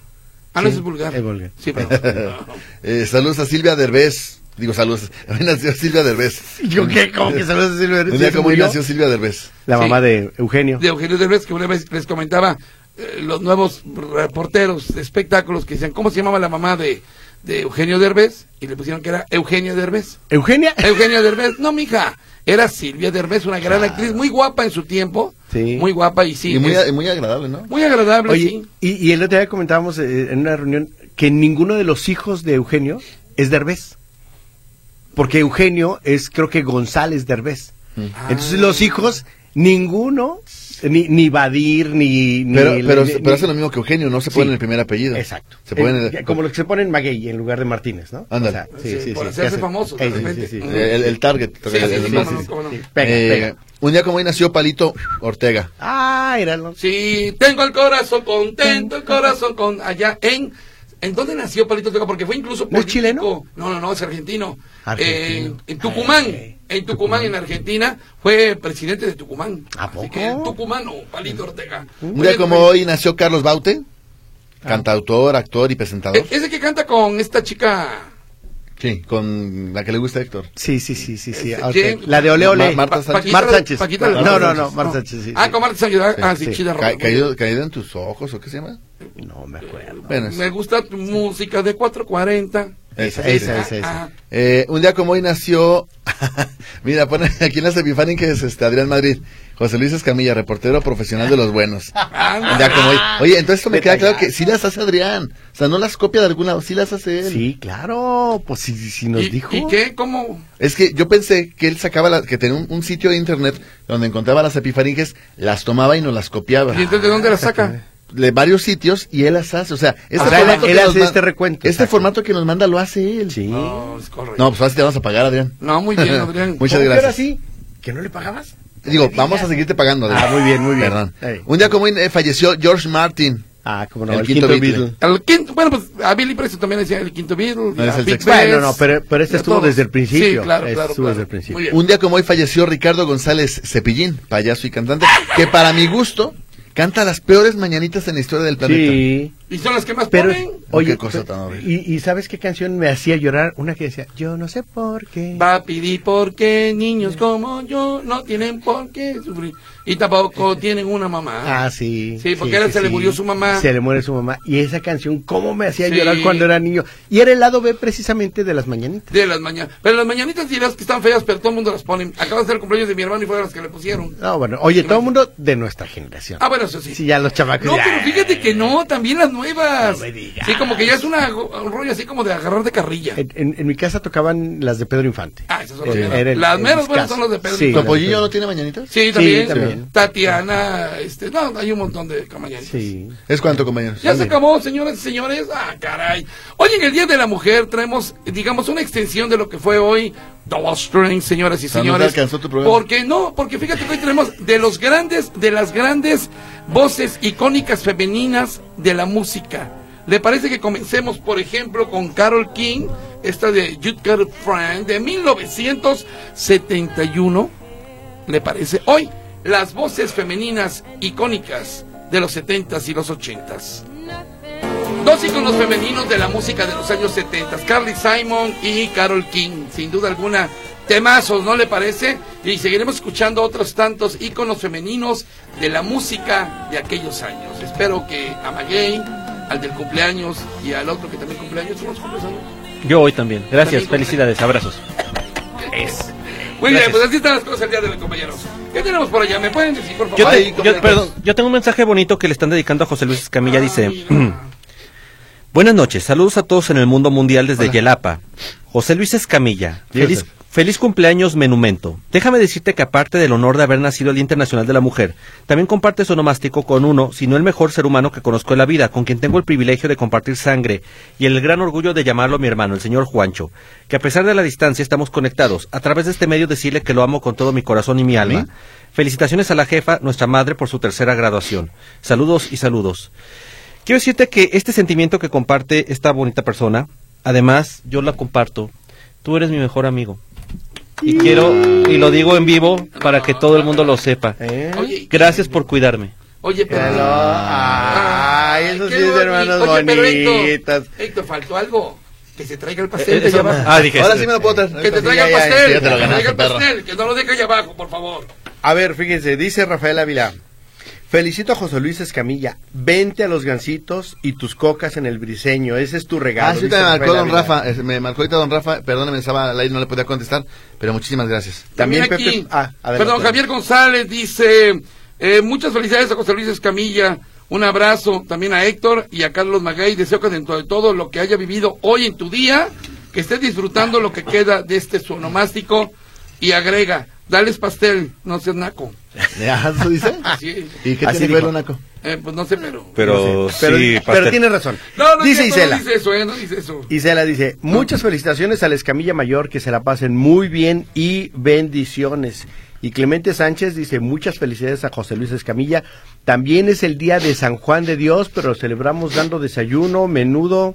[SPEAKER 1] Ah, no,
[SPEAKER 4] Sí,
[SPEAKER 1] es vulgar.
[SPEAKER 4] es vulgar.
[SPEAKER 1] Sí, pero.
[SPEAKER 3] Eh, saludos a Silvia Derbez. Digo, saludos. Hoy nació Silvia Derbez.
[SPEAKER 4] ¿Yo qué? ¿Cómo que saludos a Silvia?
[SPEAKER 3] Un
[SPEAKER 4] ¿Sí
[SPEAKER 3] día
[SPEAKER 4] se
[SPEAKER 3] como hoy
[SPEAKER 4] murió?
[SPEAKER 3] nació Silvia Derbez.
[SPEAKER 4] La
[SPEAKER 1] Sí.
[SPEAKER 4] mamá de Eugenio.
[SPEAKER 1] de Eugenio Derbez, que una vez les comentaba eh, los nuevos reporteros de espectáculos que decían, ¿cómo se llamaba la mamá de, de Eugenio Derbez? Y le pusieron que era Eugenia Derbez.
[SPEAKER 4] ¿Eugenia?
[SPEAKER 1] Eugenia Derbez, no, mija, era Silvia Derbez, una gran actriz, muy guapa en su tiempo,
[SPEAKER 4] Ah. Sí.
[SPEAKER 1] muy guapa y sí,
[SPEAKER 3] y muy,
[SPEAKER 1] es
[SPEAKER 3] y muy agradable, ¿no?
[SPEAKER 1] muy agradable,
[SPEAKER 4] Oye,
[SPEAKER 1] sí.
[SPEAKER 4] y, y el otro día comentábamos eh, en una reunión que ninguno de los hijos de Eugenio es Derbez. Porque Eugenio es, creo que González Derbez. Entonces los hijos, ninguno, eh, ni, ni Badir, ni... ni-
[SPEAKER 3] Pero,
[SPEAKER 4] ni-
[SPEAKER 3] pero,
[SPEAKER 4] ni-
[SPEAKER 3] pero hacen lo mismo que Eugenio, no se
[SPEAKER 4] Sí.
[SPEAKER 3] ponen el primer apellido.
[SPEAKER 4] Exacto.
[SPEAKER 3] Se ponen
[SPEAKER 4] Eh,
[SPEAKER 3] el,
[SPEAKER 4] como lo que se ponen Maguey en lugar de Martínez, ¿no?
[SPEAKER 3] Ándale.
[SPEAKER 1] Sí, por
[SPEAKER 4] que
[SPEAKER 1] hacerse
[SPEAKER 4] hace-
[SPEAKER 1] famosos, de
[SPEAKER 4] Eh, sí,
[SPEAKER 1] repente.
[SPEAKER 4] sí, sí.
[SPEAKER 3] el- el target.
[SPEAKER 1] Sí, sí,
[SPEAKER 3] El-
[SPEAKER 1] sí,
[SPEAKER 3] el-
[SPEAKER 1] cómo
[SPEAKER 3] más-
[SPEAKER 1] no, cómo no.
[SPEAKER 4] Pega,
[SPEAKER 3] Eh,
[SPEAKER 4] pega.
[SPEAKER 3] Un día como hoy nació Palito Ortega.
[SPEAKER 4] Ah, era... lo-
[SPEAKER 1] Sí, tengo el corazón contento, el corazón con allá en ¿En dónde nació Palito Ortega? Porque fue incluso
[SPEAKER 4] ¿No es chileno?
[SPEAKER 1] político. No, no, no, es argentino.
[SPEAKER 4] Argentino.
[SPEAKER 1] Eh, en Tucumán,
[SPEAKER 4] Ay,
[SPEAKER 1] en Tucumán, en Argentina, fue presidente de Tucumán.
[SPEAKER 4] ¿A
[SPEAKER 1] Así
[SPEAKER 4] poco?
[SPEAKER 1] que tucumano, Palito Ortega.
[SPEAKER 3] Un día como hoy nació Carlos Baute, cantautor, actor y presentador.
[SPEAKER 1] Ah. Eh, Ese que canta con esta chica.
[SPEAKER 3] Sí, con la que le gusta a Héctor.
[SPEAKER 4] Sí, sí, sí, sí, sí.
[SPEAKER 1] Este,
[SPEAKER 4] ok.
[SPEAKER 1] ¿quién?
[SPEAKER 4] La de Ole Ole.
[SPEAKER 3] Ma- Marta
[SPEAKER 1] Pa-
[SPEAKER 3] Sánchez.
[SPEAKER 1] Paquita-
[SPEAKER 4] Marta Sánchez.
[SPEAKER 1] Paquita-
[SPEAKER 4] No,
[SPEAKER 1] Marta
[SPEAKER 4] no,
[SPEAKER 1] Sánchez,
[SPEAKER 4] no, Marta Sánchez, sí,
[SPEAKER 1] Ah,
[SPEAKER 4] sí.
[SPEAKER 1] con Marta Sánchez. ah, Ah, sí,
[SPEAKER 4] Sí.
[SPEAKER 1] chida.
[SPEAKER 3] Ca-
[SPEAKER 1] rola.
[SPEAKER 3] caído, caído en tus ojos, ¿o qué se llama?
[SPEAKER 4] No me acuerdo.
[SPEAKER 3] Bueno,
[SPEAKER 1] Me gusta tu música de 440.
[SPEAKER 3] esa,
[SPEAKER 4] Esa,
[SPEAKER 3] esa.
[SPEAKER 4] esa,
[SPEAKER 1] Ah,
[SPEAKER 4] esa.
[SPEAKER 3] Eh, un día como hoy nació. Mira, pone aquí en las Epifanen que es este, Adrián Madrid. José Luis Escamilla, reportero profesional de los buenos.
[SPEAKER 1] ah,
[SPEAKER 3] Un
[SPEAKER 1] ah,
[SPEAKER 3] día como hoy. Oye, entonces esto me queda claro que sí las hace Adrián. O sea, no las copia de algún lado, sí las hace él.
[SPEAKER 4] Sí, claro. Pues si nos
[SPEAKER 1] ¿Y,
[SPEAKER 4] dijo.
[SPEAKER 1] ¿Y qué? ¿Cómo?
[SPEAKER 3] Es que yo pensé que él sacaba, la- que tenía un, un sitio de internet donde encontraba las epifaringes, las tomaba y nos las copiaba.
[SPEAKER 1] ¿Y entonces de
[SPEAKER 4] Ah,
[SPEAKER 1] dónde la saca?
[SPEAKER 3] De varios sitios y él las hace. O sea, este
[SPEAKER 1] O sea, él-
[SPEAKER 4] él
[SPEAKER 3] nos
[SPEAKER 4] hace
[SPEAKER 3] man-
[SPEAKER 4] este recuento,
[SPEAKER 3] Este
[SPEAKER 4] exacto.
[SPEAKER 3] formato que nos manda lo hace él.
[SPEAKER 4] Sí.
[SPEAKER 1] No, es correcto.
[SPEAKER 3] No, pues ahora sí te vamos a pagar, Adrián.
[SPEAKER 1] No, muy bien, Adrián.
[SPEAKER 3] Muchas gracias.
[SPEAKER 4] sí? ¿Que no le pagabas?
[SPEAKER 3] Digo, vamos a seguirte pagando. Adrián.
[SPEAKER 4] Ah, muy bien, muy bien.
[SPEAKER 3] Perdón.
[SPEAKER 4] Ey.
[SPEAKER 3] Un día como hoy eh, falleció George Martin.
[SPEAKER 4] Ah, como no,
[SPEAKER 3] El
[SPEAKER 4] el,
[SPEAKER 3] quinto
[SPEAKER 4] quinto,
[SPEAKER 3] Beatle.
[SPEAKER 4] Beatle.
[SPEAKER 1] El quinto, bueno, pues a Billy Preston también decía el quinto Beatle.
[SPEAKER 3] No,
[SPEAKER 1] y
[SPEAKER 3] es
[SPEAKER 1] a
[SPEAKER 3] el
[SPEAKER 1] Big
[SPEAKER 3] sexto.
[SPEAKER 1] Bess,
[SPEAKER 4] Bueno, no, pero- pero
[SPEAKER 1] y
[SPEAKER 4] este
[SPEAKER 1] a
[SPEAKER 4] estuvo
[SPEAKER 1] todos.
[SPEAKER 4] desde el principio. Este
[SPEAKER 1] Sí, claro, claro.
[SPEAKER 4] Estuvo
[SPEAKER 1] claro.
[SPEAKER 4] desde el principio.
[SPEAKER 1] Muy bien.
[SPEAKER 3] Un día como hoy falleció Ricardo González Cepillín, payaso y cantante, que para mi gusto canta las peores mañanitas en la historia del planeta.
[SPEAKER 4] Sí.
[SPEAKER 1] ¿Y son las que más
[SPEAKER 4] Pero,
[SPEAKER 1] ponen?
[SPEAKER 4] oye,
[SPEAKER 3] Qué cosa tan horrible.
[SPEAKER 4] y, y sabes qué canción me hacía llorar? Una que decía, yo no sé por qué.
[SPEAKER 1] Papi, di por qué niños como yo no tienen por qué sufrir. Y tampoco tienen una mamá.
[SPEAKER 4] Ah, sí.
[SPEAKER 1] Sí, porque era- se le murió su mamá.
[SPEAKER 4] Se le muere su mamá. Y esa canción, ¿cómo me hacía
[SPEAKER 1] Sí.
[SPEAKER 4] llorar cuando era niño? Y era el lado B precisamente de las mañanitas.
[SPEAKER 1] De las mañanas. Pero las mañanitas dirás que están feas, pero todo el mundo las pone. Acaba de ser el cumpleaños de mi hermano y fue de las que le pusieron.
[SPEAKER 4] No, bueno, oye, todo el mundo de nuestra generación.
[SPEAKER 1] Ah, bueno, eso sí.
[SPEAKER 4] Sí, ya los chamacos.
[SPEAKER 1] No,
[SPEAKER 4] ya-
[SPEAKER 1] pero fíjate que no, también las nuevas.
[SPEAKER 4] No me digas.
[SPEAKER 1] Sí, como que ya es una, un rollo así como de agarrar de carrilla.
[SPEAKER 4] En, en- en mi casa tocaban las de Pedro Infante.
[SPEAKER 1] Ah, esas son las
[SPEAKER 4] Eh,
[SPEAKER 1] meras.
[SPEAKER 4] era el-
[SPEAKER 1] Las
[SPEAKER 4] el
[SPEAKER 1] meras buenas
[SPEAKER 4] discazo.
[SPEAKER 1] son las de Pedro.
[SPEAKER 4] Sí.
[SPEAKER 3] ¿Topollillo no tiene mañanitas?
[SPEAKER 1] Sí, también.
[SPEAKER 4] también.
[SPEAKER 1] Tatiana, este, no, hay un montón de camañanes.
[SPEAKER 4] Sí.
[SPEAKER 3] ¿Es cuánto, compañeros?
[SPEAKER 1] Ya se
[SPEAKER 3] Dale.
[SPEAKER 1] acabó, señoras y señores. Ah, caray. Hoy en el Día de la Mujer traemos, digamos, una extensión de lo que fue hoy Double String, señoras y
[SPEAKER 3] sea, no te
[SPEAKER 1] señores.
[SPEAKER 3] alcanzó tu programa.
[SPEAKER 1] Porque no, porque fíjate que hoy tenemos de los grandes, de las grandes voces icónicas femeninas de la música. ¿Le parece que comencemos, por ejemplo, con Carol King, esta de You've Got a Friend, de 1971? ¿Le parece? Hoy, las voces femeninas icónicas de los 70s y los 80s.
[SPEAKER 5] nothing
[SPEAKER 1] Dos íconos femeninos de la música de los años 70, Carly Simon y Carol King, sin duda alguna. Temazos, ¿no le parece? Y seguiremos escuchando otros tantos íconos femeninos de la música de aquellos años. Espero que a Maguey, al del cumpleaños y al otro que también cumpleaños, ¿son los cumpleaños?
[SPEAKER 2] Yo hoy también. Gracias,
[SPEAKER 1] También.
[SPEAKER 2] felicidades, abrazos.
[SPEAKER 1] Muy bien,
[SPEAKER 2] Gracias.
[SPEAKER 1] pues así están las cosas el día de los compañeros. ¿Qué tenemos por allá? ¿Me pueden decir, por favor?
[SPEAKER 2] Yo, te-
[SPEAKER 1] Ay,
[SPEAKER 2] yo-
[SPEAKER 1] compañeros.
[SPEAKER 2] perdón, yo tengo un mensaje bonito que le están dedicando a José Luis Escamilla. Dice,
[SPEAKER 1] Ay, mira.
[SPEAKER 2] buenas noches, saludos a todos en el mundo mundial desde Yelapa. José Luis Escamilla, feliz, feliz cumpleaños menumento. Déjame decirte que aparte del honor de haber nacido el Día Internacional de la Mujer, también comparte su nomástico con uno, si no el mejor ser humano que conozco en la vida, con quien tengo el privilegio de compartir sangre y el gran orgullo de llamarlo mi hermano, el señor Juancho, que a pesar de la distancia estamos conectados. A través de este medio decirle que lo amo con todo mi corazón y mi alma. Felicitaciones a la jefa, nuestra madre, por su tercera graduación. Saludos y saludos. Quiero decirte que este sentimiento que comparte esta bonita persona, además yo la comparto, tú eres mi mejor amigo. Y quiero, y lo digo en vivo para que todo el mundo lo sepa.
[SPEAKER 4] ¿Eh?
[SPEAKER 1] Oye,
[SPEAKER 2] Gracias por cuidarme.
[SPEAKER 1] Oye, pero...
[SPEAKER 4] Hello. Ay, esos
[SPEAKER 1] qué
[SPEAKER 4] sí es de
[SPEAKER 1] boni-
[SPEAKER 4] hermanos
[SPEAKER 1] Oye, pero Héctor,
[SPEAKER 4] bonitas.
[SPEAKER 1] Héctor, faltó algo. Que se traiga el pastel de
[SPEAKER 2] Eso
[SPEAKER 1] allá
[SPEAKER 2] más.
[SPEAKER 1] abajo.
[SPEAKER 2] Ah, dije,
[SPEAKER 3] Ahora sí me lo puedo traer.
[SPEAKER 1] Que te traiga el
[SPEAKER 3] Ya, ya,
[SPEAKER 1] pastel.
[SPEAKER 3] ya te lo
[SPEAKER 1] que traiga
[SPEAKER 3] ganaste,
[SPEAKER 1] el
[SPEAKER 3] perro.
[SPEAKER 1] pastel. Que no lo deje allá abajo, por favor.
[SPEAKER 4] A ver, fíjense, dice Rafael Ávila. Felicito a José Luis Escamilla. Vente a los gancitos y tus cocas en el briseño. Ese es tu regalo.
[SPEAKER 3] Ah, sí,
[SPEAKER 4] dice
[SPEAKER 3] te marcó
[SPEAKER 4] Rafael
[SPEAKER 3] don
[SPEAKER 4] Ávila.
[SPEAKER 3] Rafa. eh, Me marcó ahorita don Rafa. Perdóneme, estaba al aire, no le podía contestar. Pero muchísimas gracias.
[SPEAKER 4] También
[SPEAKER 1] Mira aquí.
[SPEAKER 4] Pepe. Ah, adelante.
[SPEAKER 1] Perdón, Javier González dice, eh, muchas felicidades a José Luis Escamilla, un abrazo también a Héctor y a Carlos Magay, deseo que dentro de todo lo que haya vivido hoy en tu día, que estés disfrutando lo que queda de este sonomástico y agrega, dales pastel, no seas naco.
[SPEAKER 3] ¿Ya eso dice?
[SPEAKER 1] Sí.
[SPEAKER 3] ¿Y qué
[SPEAKER 4] ¿Ah, Así
[SPEAKER 3] tiene que ver,
[SPEAKER 4] dijo.
[SPEAKER 3] Naco?
[SPEAKER 1] Eh, pues no sé, pero...
[SPEAKER 2] Pero
[SPEAKER 4] Pero,
[SPEAKER 2] sí,
[SPEAKER 4] pero tiene razón.
[SPEAKER 1] No, no,
[SPEAKER 4] dice
[SPEAKER 1] no,
[SPEAKER 4] Isela.
[SPEAKER 1] no dice eso, eh, no dice eso.
[SPEAKER 4] Isela dice, muchas felicitaciones a la Escamilla Mayor, que se la pasen muy bien y bendiciones. Y Clemente Sánchez dice, muchas felicidades a José Luis Escamilla. También es el día de San Juan de Dios, pero lo celebramos dando desayuno, menudo.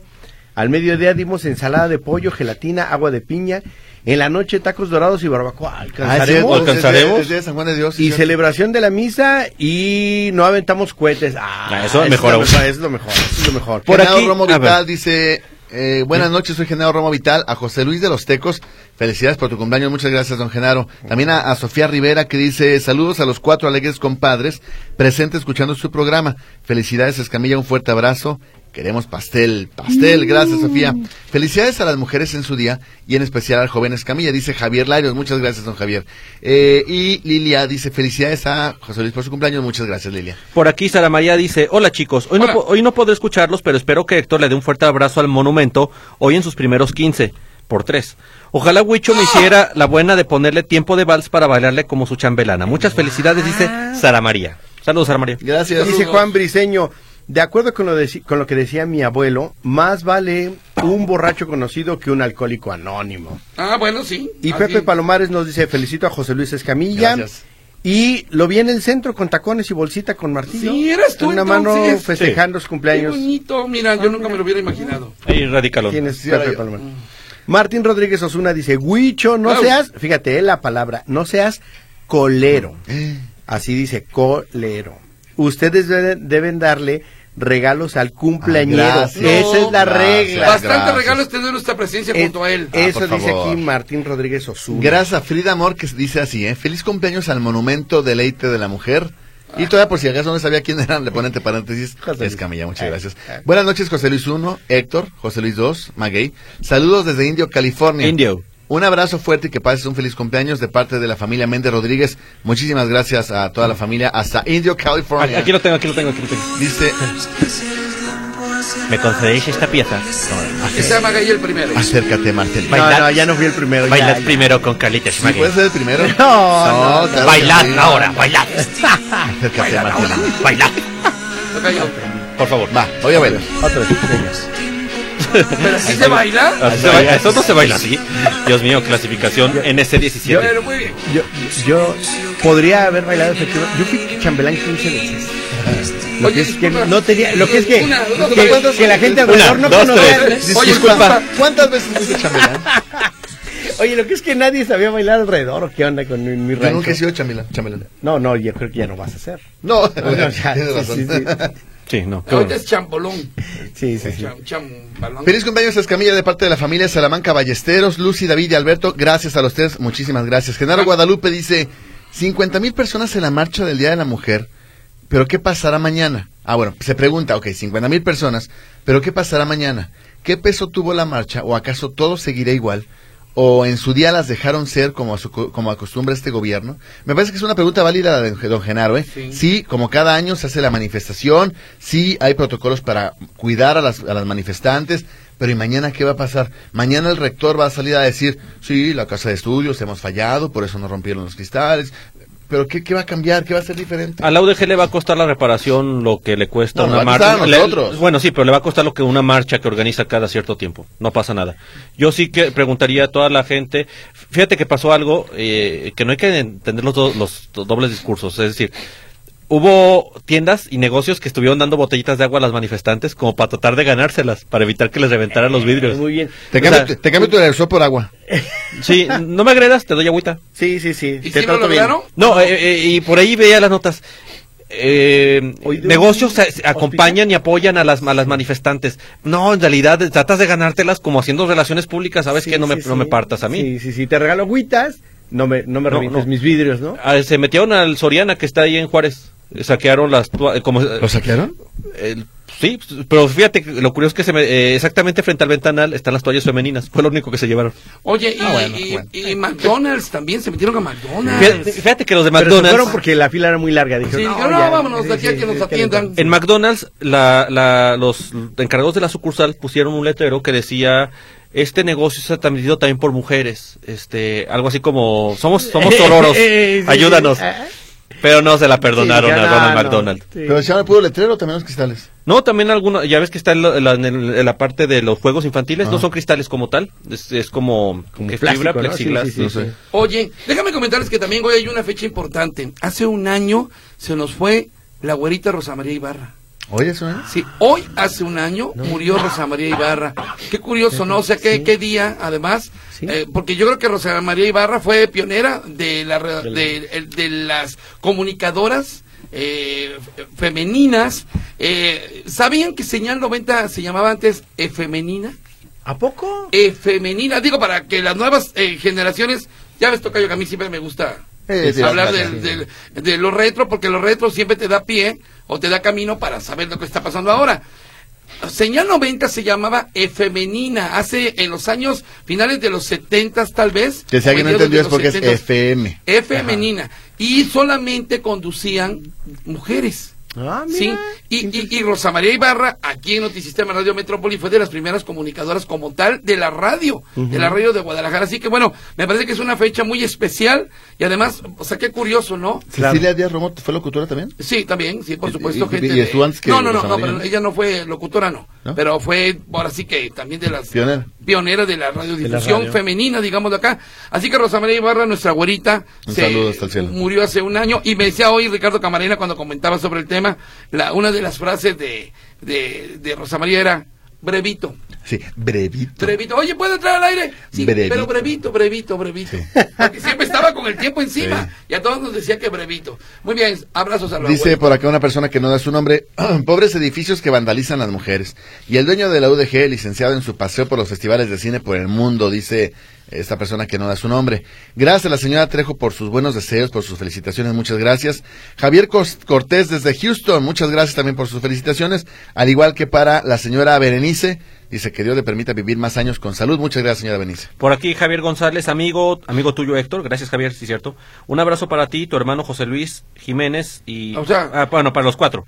[SPEAKER 4] Al mediodía dimos ensalada de pollo, gelatina, agua de piña. En la noche tacos dorados y barbacoa.
[SPEAKER 3] ¿Alcanzaremos?
[SPEAKER 4] Ah, Alcanzaremos.
[SPEAKER 2] ¿Alcanzaremos?
[SPEAKER 3] Es de San Juan de Dios. sí,
[SPEAKER 4] y
[SPEAKER 3] cierto.
[SPEAKER 4] celebración de la misa y no aventamos cohetes. Ah,
[SPEAKER 2] Ah, eso es
[SPEAKER 4] es
[SPEAKER 2] mejor
[SPEAKER 4] lo
[SPEAKER 2] aún.
[SPEAKER 4] mejor, es lo mejor, es lo mejor.
[SPEAKER 2] Por
[SPEAKER 3] Genaro
[SPEAKER 2] aquí-
[SPEAKER 3] Romo
[SPEAKER 2] a ver.
[SPEAKER 3] Vital dice, eh, buenas noches, soy Genaro Romo Vital, a José Luis de los Tecos, felicidades por tu cumpleaños, muchas gracias, don Genaro. También a, a Sofía Rivera que dice, saludos a los cuatro alegres compadres, presente escuchando su programa. Felicidades, Escamilla, un fuerte abrazo. Queremos pastel, pastel,
[SPEAKER 2] Mm.
[SPEAKER 3] gracias Sofía. Felicidades a las mujeres en su día y en especial al joven Escamilla, dice Javier Larios, muchas gracias don Javier. Eh, y Lilia dice felicidades a José Luis por su cumpleaños, muchas gracias Lilia.
[SPEAKER 2] Por aquí Sara María dice, hola chicos, hoy,
[SPEAKER 1] Hola.
[SPEAKER 2] No, po- hoy no podré escucharlos, pero espero que Héctor le dé un fuerte abrazo al monumento hoy en sus primeros 15, por tres. Ojalá Huicho me hiciera la buena de ponerle tiempo de vals para bailarle como su chambelana. Muchas felicidades, dice
[SPEAKER 3] Ah.
[SPEAKER 2] Sara María. Saludos, Sara María.
[SPEAKER 3] Gracias.
[SPEAKER 4] Dice Juan Briseño, de acuerdo con lo, de- con lo que decía mi abuelo, más vale un borracho conocido que un alcohólico anónimo.
[SPEAKER 1] Ah, bueno, sí.
[SPEAKER 4] Y
[SPEAKER 1] así.
[SPEAKER 4] Pepe Palomares nos dice, felicito a José Luis Escamilla.
[SPEAKER 3] Gracias.
[SPEAKER 4] Y lo vi en el centro con tacones y bolsita con martillo.
[SPEAKER 1] Sí, eras tú,
[SPEAKER 4] En Una mano
[SPEAKER 1] entonces.
[SPEAKER 4] festejando los
[SPEAKER 1] Qué
[SPEAKER 4] cumpleaños.
[SPEAKER 1] bonito, mira, yo nunca me lo hubiera imaginado.
[SPEAKER 2] Ahí radícalo.
[SPEAKER 4] ¿Quién es
[SPEAKER 3] Sí,
[SPEAKER 4] Pepe
[SPEAKER 3] ahora yo.
[SPEAKER 4] Palomares? Martín Rodríguez Osuna dice, Huicho, no
[SPEAKER 1] Au.
[SPEAKER 4] seas, fíjate eh, la palabra, no seas colero.
[SPEAKER 3] Mm. Eh.
[SPEAKER 4] Así dice, colero. Ustedes deben, deben darle regalos al cumpleañero.
[SPEAKER 3] Ah, gracias.
[SPEAKER 4] Esa es la
[SPEAKER 3] No,
[SPEAKER 4] regla.
[SPEAKER 3] gracias.
[SPEAKER 1] Bastante regalo es tener nuestra presencia
[SPEAKER 4] Es-
[SPEAKER 1] junto a él.
[SPEAKER 3] Ah,
[SPEAKER 4] eso
[SPEAKER 3] por
[SPEAKER 4] dice
[SPEAKER 3] favor.
[SPEAKER 4] aquí Martín Rodríguez Osuna.
[SPEAKER 3] Gracias a Frida Amor que dice así, ¿eh? Feliz cumpleaños al monumento deleite de la mujer. Y todavía por si acaso no sabía quién eran, le pone entre paréntesis,
[SPEAKER 4] Ah. José Luis.
[SPEAKER 3] Escamilla, muchas
[SPEAKER 4] Eh,
[SPEAKER 3] gracias.
[SPEAKER 4] eh.
[SPEAKER 3] Buenas noches, José Luis 1, Héctor, José Luis 2, Maguey. Saludos desde Indio, California.
[SPEAKER 2] Indio.
[SPEAKER 3] Un abrazo fuerte y que pases un feliz cumpleaños de parte de la familia Méndez Rodríguez. Muchísimas gracias a toda la familia hasta Indio, California.
[SPEAKER 2] Aquí lo tengo, aquí lo tengo, aquí lo tengo.
[SPEAKER 3] Dice,
[SPEAKER 2] ¿Me concedéis esta pieza?
[SPEAKER 1] Que sea Magallé el primero.
[SPEAKER 3] acércate, Marcelino.
[SPEAKER 4] No,
[SPEAKER 2] Bailad.
[SPEAKER 4] no, ya no fui el primero. ya,
[SPEAKER 2] Bailad
[SPEAKER 4] ya.
[SPEAKER 2] primero con Calites
[SPEAKER 3] ¿Sí ¿Puedes ser el primero?
[SPEAKER 4] No, no,
[SPEAKER 3] claro que
[SPEAKER 2] Bailad
[SPEAKER 3] sí.
[SPEAKER 2] ahora, bailad.
[SPEAKER 3] Acércate,
[SPEAKER 2] Bailad ahora,
[SPEAKER 3] Marcelino.
[SPEAKER 2] bailad.
[SPEAKER 4] Ah,
[SPEAKER 1] Tocayo.
[SPEAKER 2] Por favor.
[SPEAKER 3] Va, voy a bailar.
[SPEAKER 4] Otra vez. venga.
[SPEAKER 1] Pero así se
[SPEAKER 4] Ah,
[SPEAKER 1] baila.
[SPEAKER 2] Así se baila, Eso no se baila así. Dios mío, clasificación NC17.
[SPEAKER 1] Pero muy bien.
[SPEAKER 4] Yo, yo podría haber bailado efectivamente. Yo fui chambelán 15 veces. Lo
[SPEAKER 1] Oye,
[SPEAKER 4] que es que
[SPEAKER 1] disculpa.
[SPEAKER 4] no tenía, lo que es que,
[SPEAKER 1] Una, dos,
[SPEAKER 4] que,
[SPEAKER 1] tres.
[SPEAKER 4] que la gente
[SPEAKER 2] Una,
[SPEAKER 4] alrededor no
[SPEAKER 2] dos,
[SPEAKER 4] conocía.
[SPEAKER 2] tres.
[SPEAKER 1] Oye,
[SPEAKER 3] Disculpa, ¿cuántas veces dice chambelán?
[SPEAKER 4] Oye, lo que es que nadie sabía bailar alrededor. ¿o ¿Qué onda con mi, mi
[SPEAKER 3] Yo
[SPEAKER 4] rancho?
[SPEAKER 3] nunca he sido chambelán. chambelán.
[SPEAKER 4] No, no, yo creo que ya no vas a hacer.
[SPEAKER 3] No,
[SPEAKER 4] No, no, ya,
[SPEAKER 3] tienes
[SPEAKER 4] sí,
[SPEAKER 3] razón.
[SPEAKER 4] sí, sí.
[SPEAKER 2] Sí, no. qué
[SPEAKER 1] Ahorita
[SPEAKER 2] bueno.
[SPEAKER 1] es chambolón.
[SPEAKER 4] Sí, sí, sí.
[SPEAKER 1] Cham- chambalón.
[SPEAKER 3] Feliz cumpleaños a Escamilla de parte de la familia Salamanca Ballesteros, Lucy, David y Alberto. Gracias a los tres, muchísimas gracias. Genaro Guadalupe dice, 50 mil personas en la marcha del Día de la Mujer, pero ¿qué pasará mañana? Ah, bueno, se pregunta, ok, 50 mil personas, pero ¿qué pasará mañana? ¿Qué peso tuvo la marcha o acaso todo seguirá igual? ¿O en su día las dejaron ser como, a su co- como acostumbra este gobierno? Me parece que es una pregunta válida la de don Genaro, ¿eh?
[SPEAKER 1] Sí.
[SPEAKER 3] Sí, Sí, como cada año se hace la manifestación, sí hay protocolos para cuidar a las, a las manifestantes, pero ¿y mañana qué va a pasar? Mañana el rector va a salir a decir, sí, la casa de estudios, hemos fallado, por eso nos rompieron los cristales, pero ¿qué, qué va a cambiar? ¿Qué va a ser diferente?
[SPEAKER 2] A la UDG le va a costar la reparación lo que le cuesta
[SPEAKER 3] No, nos
[SPEAKER 2] una
[SPEAKER 3] va a costar
[SPEAKER 2] marcha.
[SPEAKER 3] a
[SPEAKER 2] Le-
[SPEAKER 3] nosotros.
[SPEAKER 2] bueno, sí, pero le va a costar lo que una marcha que organiza cada cierto tiempo. No pasa nada. Yo sí que preguntaría a toda la gente. Fíjate que pasó algo eh, que no hay que entender los, do- los do- dobles discursos. Es decir, hubo tiendas y negocios que estuvieron dando botellitas de agua a las manifestantes como para tratar de ganárselas, para evitar que les reventaran los vidrios.
[SPEAKER 4] Muy bien.
[SPEAKER 3] Te
[SPEAKER 2] o
[SPEAKER 3] cambio,
[SPEAKER 2] sea-
[SPEAKER 3] tu- te cambio tu aerosol por agua.
[SPEAKER 2] Sí, no me agredas, te doy agüita.
[SPEAKER 4] Sí, sí, sí.
[SPEAKER 1] ¿Y
[SPEAKER 4] te
[SPEAKER 1] si lo
[SPEAKER 4] trato bien.
[SPEAKER 1] lograron?
[SPEAKER 2] No, eh, eh, y por ahí veía las notas. Eh,
[SPEAKER 4] Hoy de
[SPEAKER 2] negocios
[SPEAKER 4] un
[SPEAKER 2] se- se acompañan y apoyan a las, a las manifestantes. No, en realidad eh, tratas de ganártelas como haciendo relaciones públicas. Sabes
[SPEAKER 4] Sí,
[SPEAKER 2] que no me,
[SPEAKER 4] sí,
[SPEAKER 2] no me
[SPEAKER 4] sí.
[SPEAKER 2] partas a mí.
[SPEAKER 4] Sí, sí, sí. Te regalo agüitas, no me, no me
[SPEAKER 2] No,
[SPEAKER 4] revientes
[SPEAKER 2] no.
[SPEAKER 4] mis vidrios, ¿no?
[SPEAKER 2] Ah, se metieron al Soriana que está ahí en Juárez. Eh, Saquearon las. tua- eh, Como, eh,
[SPEAKER 3] ¿Lo saquearon?
[SPEAKER 2] el- sí, pues, pero fíjate, que lo curioso es que se me- eh, exactamente frente al ventanal están las toallas femeninas. Fue lo único que se llevaron.
[SPEAKER 1] Oye, y,
[SPEAKER 3] Ah, bueno,
[SPEAKER 1] y-
[SPEAKER 3] bueno.
[SPEAKER 1] y McDonald's también se metieron a McDonald's.
[SPEAKER 2] Fíjate, fíjate que los de
[SPEAKER 4] Pero se
[SPEAKER 2] McDonald's.
[SPEAKER 4] fueron porque la fila era muy larga. Dijeron,
[SPEAKER 1] Sí, dijeron, "No, vámonos de aquí a que nos atiendan".
[SPEAKER 2] En McDonald's, la- la- los encargados de la sucursal pusieron un letrero que decía, este negocio está atendido también por mujeres, este, algo así como, somos, somos sororos,
[SPEAKER 4] Eh, sí, sí.
[SPEAKER 2] ayúdanos.
[SPEAKER 4] Ah,
[SPEAKER 2] Pero no se la perdonaron
[SPEAKER 4] sí,
[SPEAKER 2] a
[SPEAKER 4] ya,
[SPEAKER 2] Ronald
[SPEAKER 4] no,
[SPEAKER 2] McDonald.
[SPEAKER 4] sí.
[SPEAKER 3] Pero se llama puro letrero o también los cristales.
[SPEAKER 2] No, también algunos, ya ves que está en la, en la- en el- en la parte de los juegos infantiles, no
[SPEAKER 3] Ajá.
[SPEAKER 2] son cristales como tal, es, es como,
[SPEAKER 4] Como
[SPEAKER 2] que
[SPEAKER 4] plástico, ¿no?
[SPEAKER 2] plexiglas,
[SPEAKER 4] Sí, sí, sí,
[SPEAKER 2] no
[SPEAKER 4] sí.
[SPEAKER 2] sé.
[SPEAKER 1] Oye, déjame comentarles que también hoy hay una fecha importante. Hace un año se nos fue la güerita Rosa María Ibarra.
[SPEAKER 3] Oye, eso es.
[SPEAKER 1] Sí, hoy hace un año murió Rosa María Ibarra. Qué curioso, ¿no? O sea, qué, qué día, además,
[SPEAKER 4] Sí.
[SPEAKER 1] eh, porque yo creo que Rosa María Ibarra fue pionera de, la, re- de, el- de las comunicadoras eh, f- femeninas. Eh, ¿Sabían que Señal 90 se llamaba antes eh, Femenina?
[SPEAKER 4] ¿A poco?
[SPEAKER 1] Eh, femenina, digo, para que las nuevas eh, generaciones, ya ves, toca yo que a mí siempre me gusta
[SPEAKER 3] Eh, sí,
[SPEAKER 1] hablar
[SPEAKER 3] sí,
[SPEAKER 1] del-
[SPEAKER 3] sí.
[SPEAKER 1] del- de los retro, porque los retro siempre te da pie o te da camino para saber lo que está pasando ahora. Señal 90 se llamaba efemenina, hace en los años finales de los 70 tal vez.
[SPEAKER 3] Que si
[SPEAKER 1] o
[SPEAKER 3] alguien no
[SPEAKER 1] mediados de
[SPEAKER 3] entendió es
[SPEAKER 1] los
[SPEAKER 3] porque es
[SPEAKER 1] 70s,
[SPEAKER 3] FM.
[SPEAKER 1] efemenina. Y solamente conducían mujeres.
[SPEAKER 4] Ah, mira.
[SPEAKER 1] Sí, y, y, y Rosa María Ibarra, aquí en Notisistema Radio Metrópoli, fue de las primeras comunicadoras como tal de la radio, de la radio de Guadalajara. Así que bueno, me parece que es una fecha muy especial y además, o sea, qué curioso, ¿no?
[SPEAKER 4] Claro.
[SPEAKER 3] ¿Cecilia Díaz Romo fue locutora también?
[SPEAKER 1] Sí, también, sí, por
[SPEAKER 3] Y-
[SPEAKER 1] supuesto.
[SPEAKER 3] y-
[SPEAKER 1] gente
[SPEAKER 3] y
[SPEAKER 1] de-
[SPEAKER 3] estuvo antes que
[SPEAKER 1] no, no, no,
[SPEAKER 3] Rosa
[SPEAKER 1] no,
[SPEAKER 3] María.
[SPEAKER 1] pero ella no fue locutora, no,
[SPEAKER 3] ¿No?
[SPEAKER 1] Pero fue, ahora sí que también de las
[SPEAKER 3] Pionera.
[SPEAKER 1] pionera de la radiodifusión
[SPEAKER 4] radio.
[SPEAKER 1] femenina, digamos de acá. Así que Rosa María Ibarra, nuestra güerita,
[SPEAKER 3] Un saludo hasta el cielo.
[SPEAKER 1] murió hace un año. Y me decía hoy Ricardo Camarena cuando comentaba sobre el tema, la, una de las frases de, de, de Rosa María era brevito.
[SPEAKER 3] Sí, brevito.
[SPEAKER 1] Brevito, oye, ¿puedo entrar al aire? Sí,
[SPEAKER 3] Brevito.
[SPEAKER 1] pero brevito, brevito, brevito. Porque siempre estaba con el tiempo encima
[SPEAKER 3] Sí.
[SPEAKER 1] y a todos nos decía que brevito. Muy bien, abrazos a la
[SPEAKER 3] Dice
[SPEAKER 1] abuelita.
[SPEAKER 3] por acá una persona que no da su nombre, pobres edificios que vandalizan las mujeres. Y el dueño de la UDG, licenciado en su paseo por los festivales de cine por el mundo, dice esta persona que no da su nombre. Gracias a la señora Trejo por sus buenos deseos, por sus felicitaciones, muchas gracias. Javier Cos- Cortés desde Houston, muchas gracias también por sus felicitaciones, al igual que para la señora Berenice, dice que Dios le permita vivir más años con salud. Muchas gracias, señora Berenice.
[SPEAKER 2] Por aquí Javier González, amigo, amigo tuyo Héctor, gracias Javier, sí cierto. Un abrazo para ti, tu hermano José Luis Jiménez y
[SPEAKER 1] O sea-
[SPEAKER 2] ah, bueno, para los cuatro.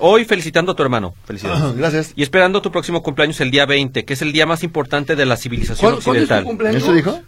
[SPEAKER 2] Hoy felicitando a tu hermano, felicidades.
[SPEAKER 3] Gracias.
[SPEAKER 2] Y esperando tu próximo cumpleaños el día 20, que es el día más importante de la civilización
[SPEAKER 1] ¿Cuándo- cuándo es tu
[SPEAKER 2] occidental.
[SPEAKER 1] cumpleaños?
[SPEAKER 3] ¿Eso dijo?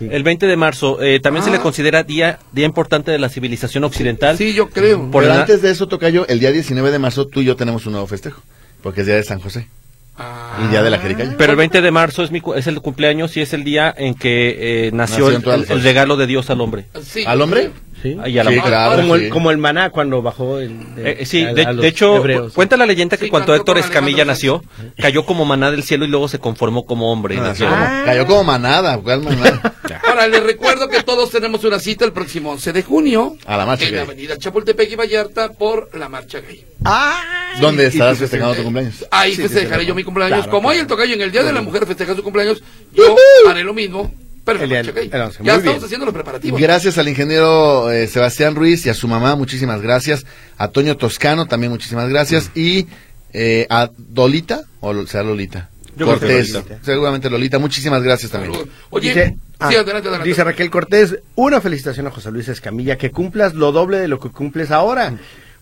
[SPEAKER 2] El 20 de marzo, eh, también se
[SPEAKER 1] Ah.
[SPEAKER 2] le considera día día importante de la civilización occidental.
[SPEAKER 1] Sí, yo creo.
[SPEAKER 2] Por
[SPEAKER 3] Pero
[SPEAKER 2] la-
[SPEAKER 3] antes de eso, Tocayo, el día 19 de marzo tú y yo tenemos un nuevo festejo, porque es día de San José.
[SPEAKER 1] Ah.
[SPEAKER 3] Y ya de la jericaya.
[SPEAKER 2] Pero el 20 de marzo es mi cu- es el cumpleaños y es el día en que eh, nació
[SPEAKER 3] Nacieron
[SPEAKER 2] el,
[SPEAKER 3] todas las
[SPEAKER 2] el- el
[SPEAKER 3] cosas.
[SPEAKER 2] regalo de Dios al hombre.
[SPEAKER 1] Sí.
[SPEAKER 3] ¿Al hombre?
[SPEAKER 4] Sí.
[SPEAKER 2] Y a la
[SPEAKER 3] Sí,
[SPEAKER 2] mujer.
[SPEAKER 3] claro,
[SPEAKER 4] como,
[SPEAKER 3] sí.
[SPEAKER 4] el, como el maná cuando bajó el,
[SPEAKER 2] Eh, eh, sí,
[SPEAKER 4] a-
[SPEAKER 2] de,
[SPEAKER 4] a los
[SPEAKER 2] de hecho,
[SPEAKER 4] hebreos.
[SPEAKER 2] cu- cuenta la leyenda que
[SPEAKER 1] Sí,
[SPEAKER 2] cuando
[SPEAKER 1] cantó
[SPEAKER 2] Héctor
[SPEAKER 1] con Alejandro
[SPEAKER 2] Escamilla nació, cayó como maná del cielo y luego se conformó como hombre. y
[SPEAKER 3] No,
[SPEAKER 2] nació.
[SPEAKER 3] nació como-
[SPEAKER 4] Ah.
[SPEAKER 3] Cayó como manada, ¿cuál manada?
[SPEAKER 1] Ahora, les recuerdo que todos tenemos una cita el próximo 11 de junio.
[SPEAKER 3] A la marcha
[SPEAKER 1] En la
[SPEAKER 3] gay.
[SPEAKER 1] avenida Chapultepec y Vallarta por la marcha gay.
[SPEAKER 4] ¡Ah!
[SPEAKER 3] ¿Dónde
[SPEAKER 4] Y- y
[SPEAKER 3] estarás
[SPEAKER 4] tu
[SPEAKER 3] festejando tu
[SPEAKER 4] presente.
[SPEAKER 3] cumpleaños?
[SPEAKER 1] Ahí
[SPEAKER 4] Sí, sí,
[SPEAKER 1] festejaré yo
[SPEAKER 4] sí, claro.
[SPEAKER 1] mi cumpleaños.
[SPEAKER 4] Claro,
[SPEAKER 1] Como hoy
[SPEAKER 4] claro.
[SPEAKER 1] el tocayo en el Día de la Mujer festeja su cumpleaños, yo haré lo mismo, pero en la
[SPEAKER 4] El
[SPEAKER 1] marcha gay.
[SPEAKER 4] día- el once,
[SPEAKER 1] Ya
[SPEAKER 4] muy
[SPEAKER 1] estamos
[SPEAKER 4] bien.
[SPEAKER 1] haciendo los preparativos.
[SPEAKER 3] Gracias al ingeniero eh, Sebastián Ruiz y a su mamá, muchísimas gracias. A Toño Toscano también muchísimas
[SPEAKER 2] Mm.
[SPEAKER 3] gracias. Y eh, a Dolita, o lo- será Lolita.
[SPEAKER 2] Yo creo que
[SPEAKER 3] Cortés,
[SPEAKER 2] Lolita.
[SPEAKER 3] seguramente Lolita, muchísimas gracias también.
[SPEAKER 1] Oye,
[SPEAKER 4] dice, ah,
[SPEAKER 1] sí, adelante, adelante.
[SPEAKER 4] dice Raquel Cortés, una felicitación a José Luis Escamilla, que cumplas lo doble de lo que cumples ahora.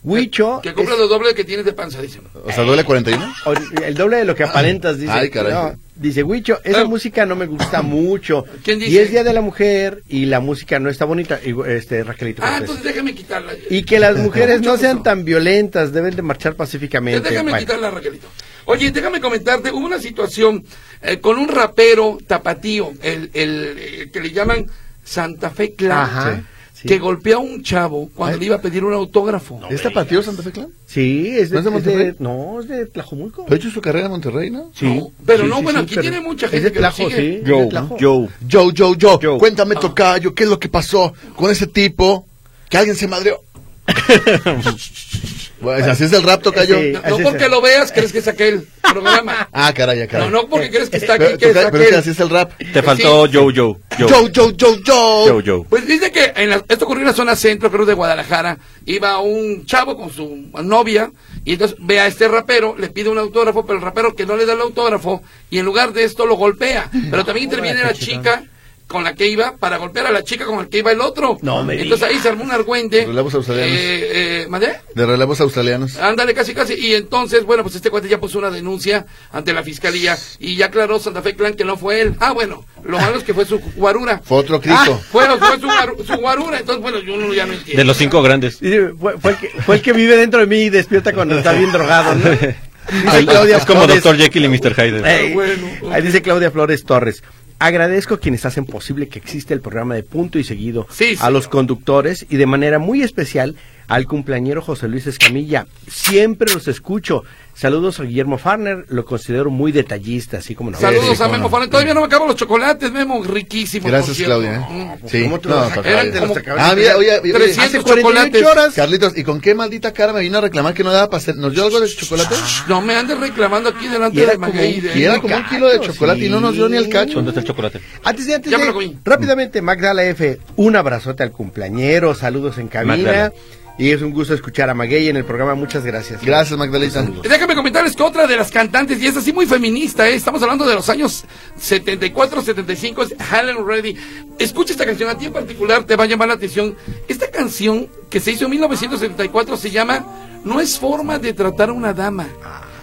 [SPEAKER 4] Huicho,
[SPEAKER 1] Mm. Que cumpla
[SPEAKER 4] es-
[SPEAKER 1] lo doble que tienes de panza, dicen.
[SPEAKER 3] O sea, duele 41.
[SPEAKER 4] o- el doble de lo que aparentas, dice.
[SPEAKER 3] Ay, caray.
[SPEAKER 4] dice Huicho, esa
[SPEAKER 1] Ah.
[SPEAKER 4] música no me gusta mucho.
[SPEAKER 1] ¿Quién dice?
[SPEAKER 4] Y es Día de la Mujer y la música no está bonita. Y, este, Raquelito
[SPEAKER 1] Ah,
[SPEAKER 4] Cortés.
[SPEAKER 1] entonces déjame quitarla.
[SPEAKER 4] Y que las mujeres no
[SPEAKER 1] Mucho
[SPEAKER 4] sean
[SPEAKER 1] gusto.
[SPEAKER 4] tan violentas, deben de marchar pacíficamente.
[SPEAKER 1] Déjame
[SPEAKER 4] Bueno.
[SPEAKER 1] quitarla, Raquelito. Oye, déjame comentarte, hubo una situación eh, con un rapero tapatío, el, el, eh, que le llaman Santa Fe Clan,
[SPEAKER 4] Ajá, sí.
[SPEAKER 1] que golpea a un chavo cuando
[SPEAKER 3] Ay.
[SPEAKER 1] le iba a pedir un autógrafo.
[SPEAKER 3] ¿Es tapatío Santa Fe Clan?
[SPEAKER 4] Sí, es de,
[SPEAKER 3] ¿No es de
[SPEAKER 4] es
[SPEAKER 3] Monterrey?
[SPEAKER 4] de- no, es de Tlajomulco.
[SPEAKER 3] ¿Lo ha hecho su carrera en Monterrey, no?
[SPEAKER 4] Sí,
[SPEAKER 1] No, pero
[SPEAKER 4] sí,
[SPEAKER 1] no,
[SPEAKER 4] sí,
[SPEAKER 1] bueno,
[SPEAKER 4] sí,
[SPEAKER 1] aquí
[SPEAKER 4] pero
[SPEAKER 1] tiene mucha
[SPEAKER 4] es
[SPEAKER 1] gente
[SPEAKER 4] de
[SPEAKER 1] que lo
[SPEAKER 4] Tlajo,
[SPEAKER 1] sigue.
[SPEAKER 4] sí, es de Tlajo.
[SPEAKER 3] Yo, yo, yo,
[SPEAKER 4] Yo.
[SPEAKER 3] cuéntame, tocayo, ¿qué es lo que pasó con ese tipo? Que alguien se madreó. pues así es el rap, tocayo.
[SPEAKER 4] Sí.
[SPEAKER 1] No,
[SPEAKER 4] Así es.
[SPEAKER 1] porque lo veas, crees que es aquel programa.
[SPEAKER 3] Ah, caray, ya, caray.
[SPEAKER 1] No, no porque crees que está aquí,
[SPEAKER 3] Pero,
[SPEAKER 1] que es
[SPEAKER 3] Tocayo, pero es que así
[SPEAKER 1] aquel.
[SPEAKER 3] es el rap.
[SPEAKER 2] Te faltó Joe, Joe, Joe,
[SPEAKER 3] Yo, yo, yo, yo.
[SPEAKER 2] Joe, Joe.
[SPEAKER 1] Pues dice que en la- esto ocurrió en la zona centro, creo de Guadalajara, iba un chavo con su novia y entonces ve a este rapero, le pide un autógrafo, pero el rapero que no le da el autógrafo y en lugar de esto lo golpea. Pero también interviene la chica con la que iba para golpear a la chica con la que iba el otro.
[SPEAKER 4] No me
[SPEAKER 1] entonces ahí se armó un argüente.
[SPEAKER 3] Relevos australianos.
[SPEAKER 1] Eh, eh, ¿mandé?
[SPEAKER 3] De relevos australianos.
[SPEAKER 1] Ándale, casi, casi. Y entonces, bueno, pues este cuate ya puso una denuncia ante la fiscalía y ya aclaró Santa Fe Clan que no fue él. Ah, bueno, lo malo es que fue su guarura.
[SPEAKER 3] Fue otro Cristo.
[SPEAKER 1] Fue, fue su, guaru- su guarura, entonces, bueno, yo no, ya no entiendo.
[SPEAKER 2] De los cinco grandes.
[SPEAKER 4] Dice, Fue, fue el que, fue el que vive dentro de mí y despierta cuando está bien drogado. ¿no? Dice Claudia
[SPEAKER 2] es como
[SPEAKER 4] Flores-
[SPEAKER 2] Dr. Jekyll y Mr. Hyde.
[SPEAKER 4] Ey,
[SPEAKER 1] Bueno.
[SPEAKER 4] ahí dice Claudia Flores Torres. Agradezco a quienes hacen posible que exista el programa de punto y seguido
[SPEAKER 1] Sí,
[SPEAKER 4] a
[SPEAKER 1] señor.
[SPEAKER 4] los conductores y de manera muy especial al cumpleañero José Luis Escamilla. Siempre los escucho. Saludos a Guillermo Farner, lo considero muy detallista, así como no.
[SPEAKER 1] Saludos
[SPEAKER 3] Sí,
[SPEAKER 1] a
[SPEAKER 3] cómo
[SPEAKER 1] Memo
[SPEAKER 3] no.
[SPEAKER 1] Farnet. Todavía no me acabo los chocolates, Memo, riquísimos.
[SPEAKER 3] Gracias,
[SPEAKER 1] por cierto.
[SPEAKER 3] Claudia. ¿eh?
[SPEAKER 1] Mm.
[SPEAKER 3] Sí.
[SPEAKER 4] ¿Cómo te
[SPEAKER 3] No,
[SPEAKER 4] vas a
[SPEAKER 3] tocayo.
[SPEAKER 4] quedar de los
[SPEAKER 3] Ah, mira, oye, oye,
[SPEAKER 1] 300
[SPEAKER 4] Hace 48
[SPEAKER 1] chocolates.
[SPEAKER 4] horas.
[SPEAKER 3] Carlitos, ¿y con qué maldita cara me vino a reclamar que no daba para hacer? ¿Nos dio algo de chocolate?
[SPEAKER 1] No me andes reclamando aquí delante
[SPEAKER 4] Y era
[SPEAKER 1] de
[SPEAKER 4] como-
[SPEAKER 1] Magaí.
[SPEAKER 3] Y era como un kilo de
[SPEAKER 4] Cacho,
[SPEAKER 3] chocolate y no nos dio ni el cacho.
[SPEAKER 2] ¿Dónde está el chocolate?
[SPEAKER 4] Antes de, antes
[SPEAKER 1] Ya me
[SPEAKER 4] de-
[SPEAKER 1] lo comí.
[SPEAKER 4] rápidamente, Magdala F, un abrazote al cumpleañero, saludos en cabina.
[SPEAKER 2] Magdala.
[SPEAKER 4] Y es un gusto escuchar a Maguey en el programa, muchas gracias.
[SPEAKER 3] Gracias, Magdalena.
[SPEAKER 1] Déjame comentarles que otra de las cantantes, y es así muy feminista, ¿eh? estamos hablando de los años 74, 75, es Helen Reddy. Escucha esta canción, a ti en particular te va a llamar la atención. Esta canción que se hizo en 1974 se llama No es forma de tratar a una dama.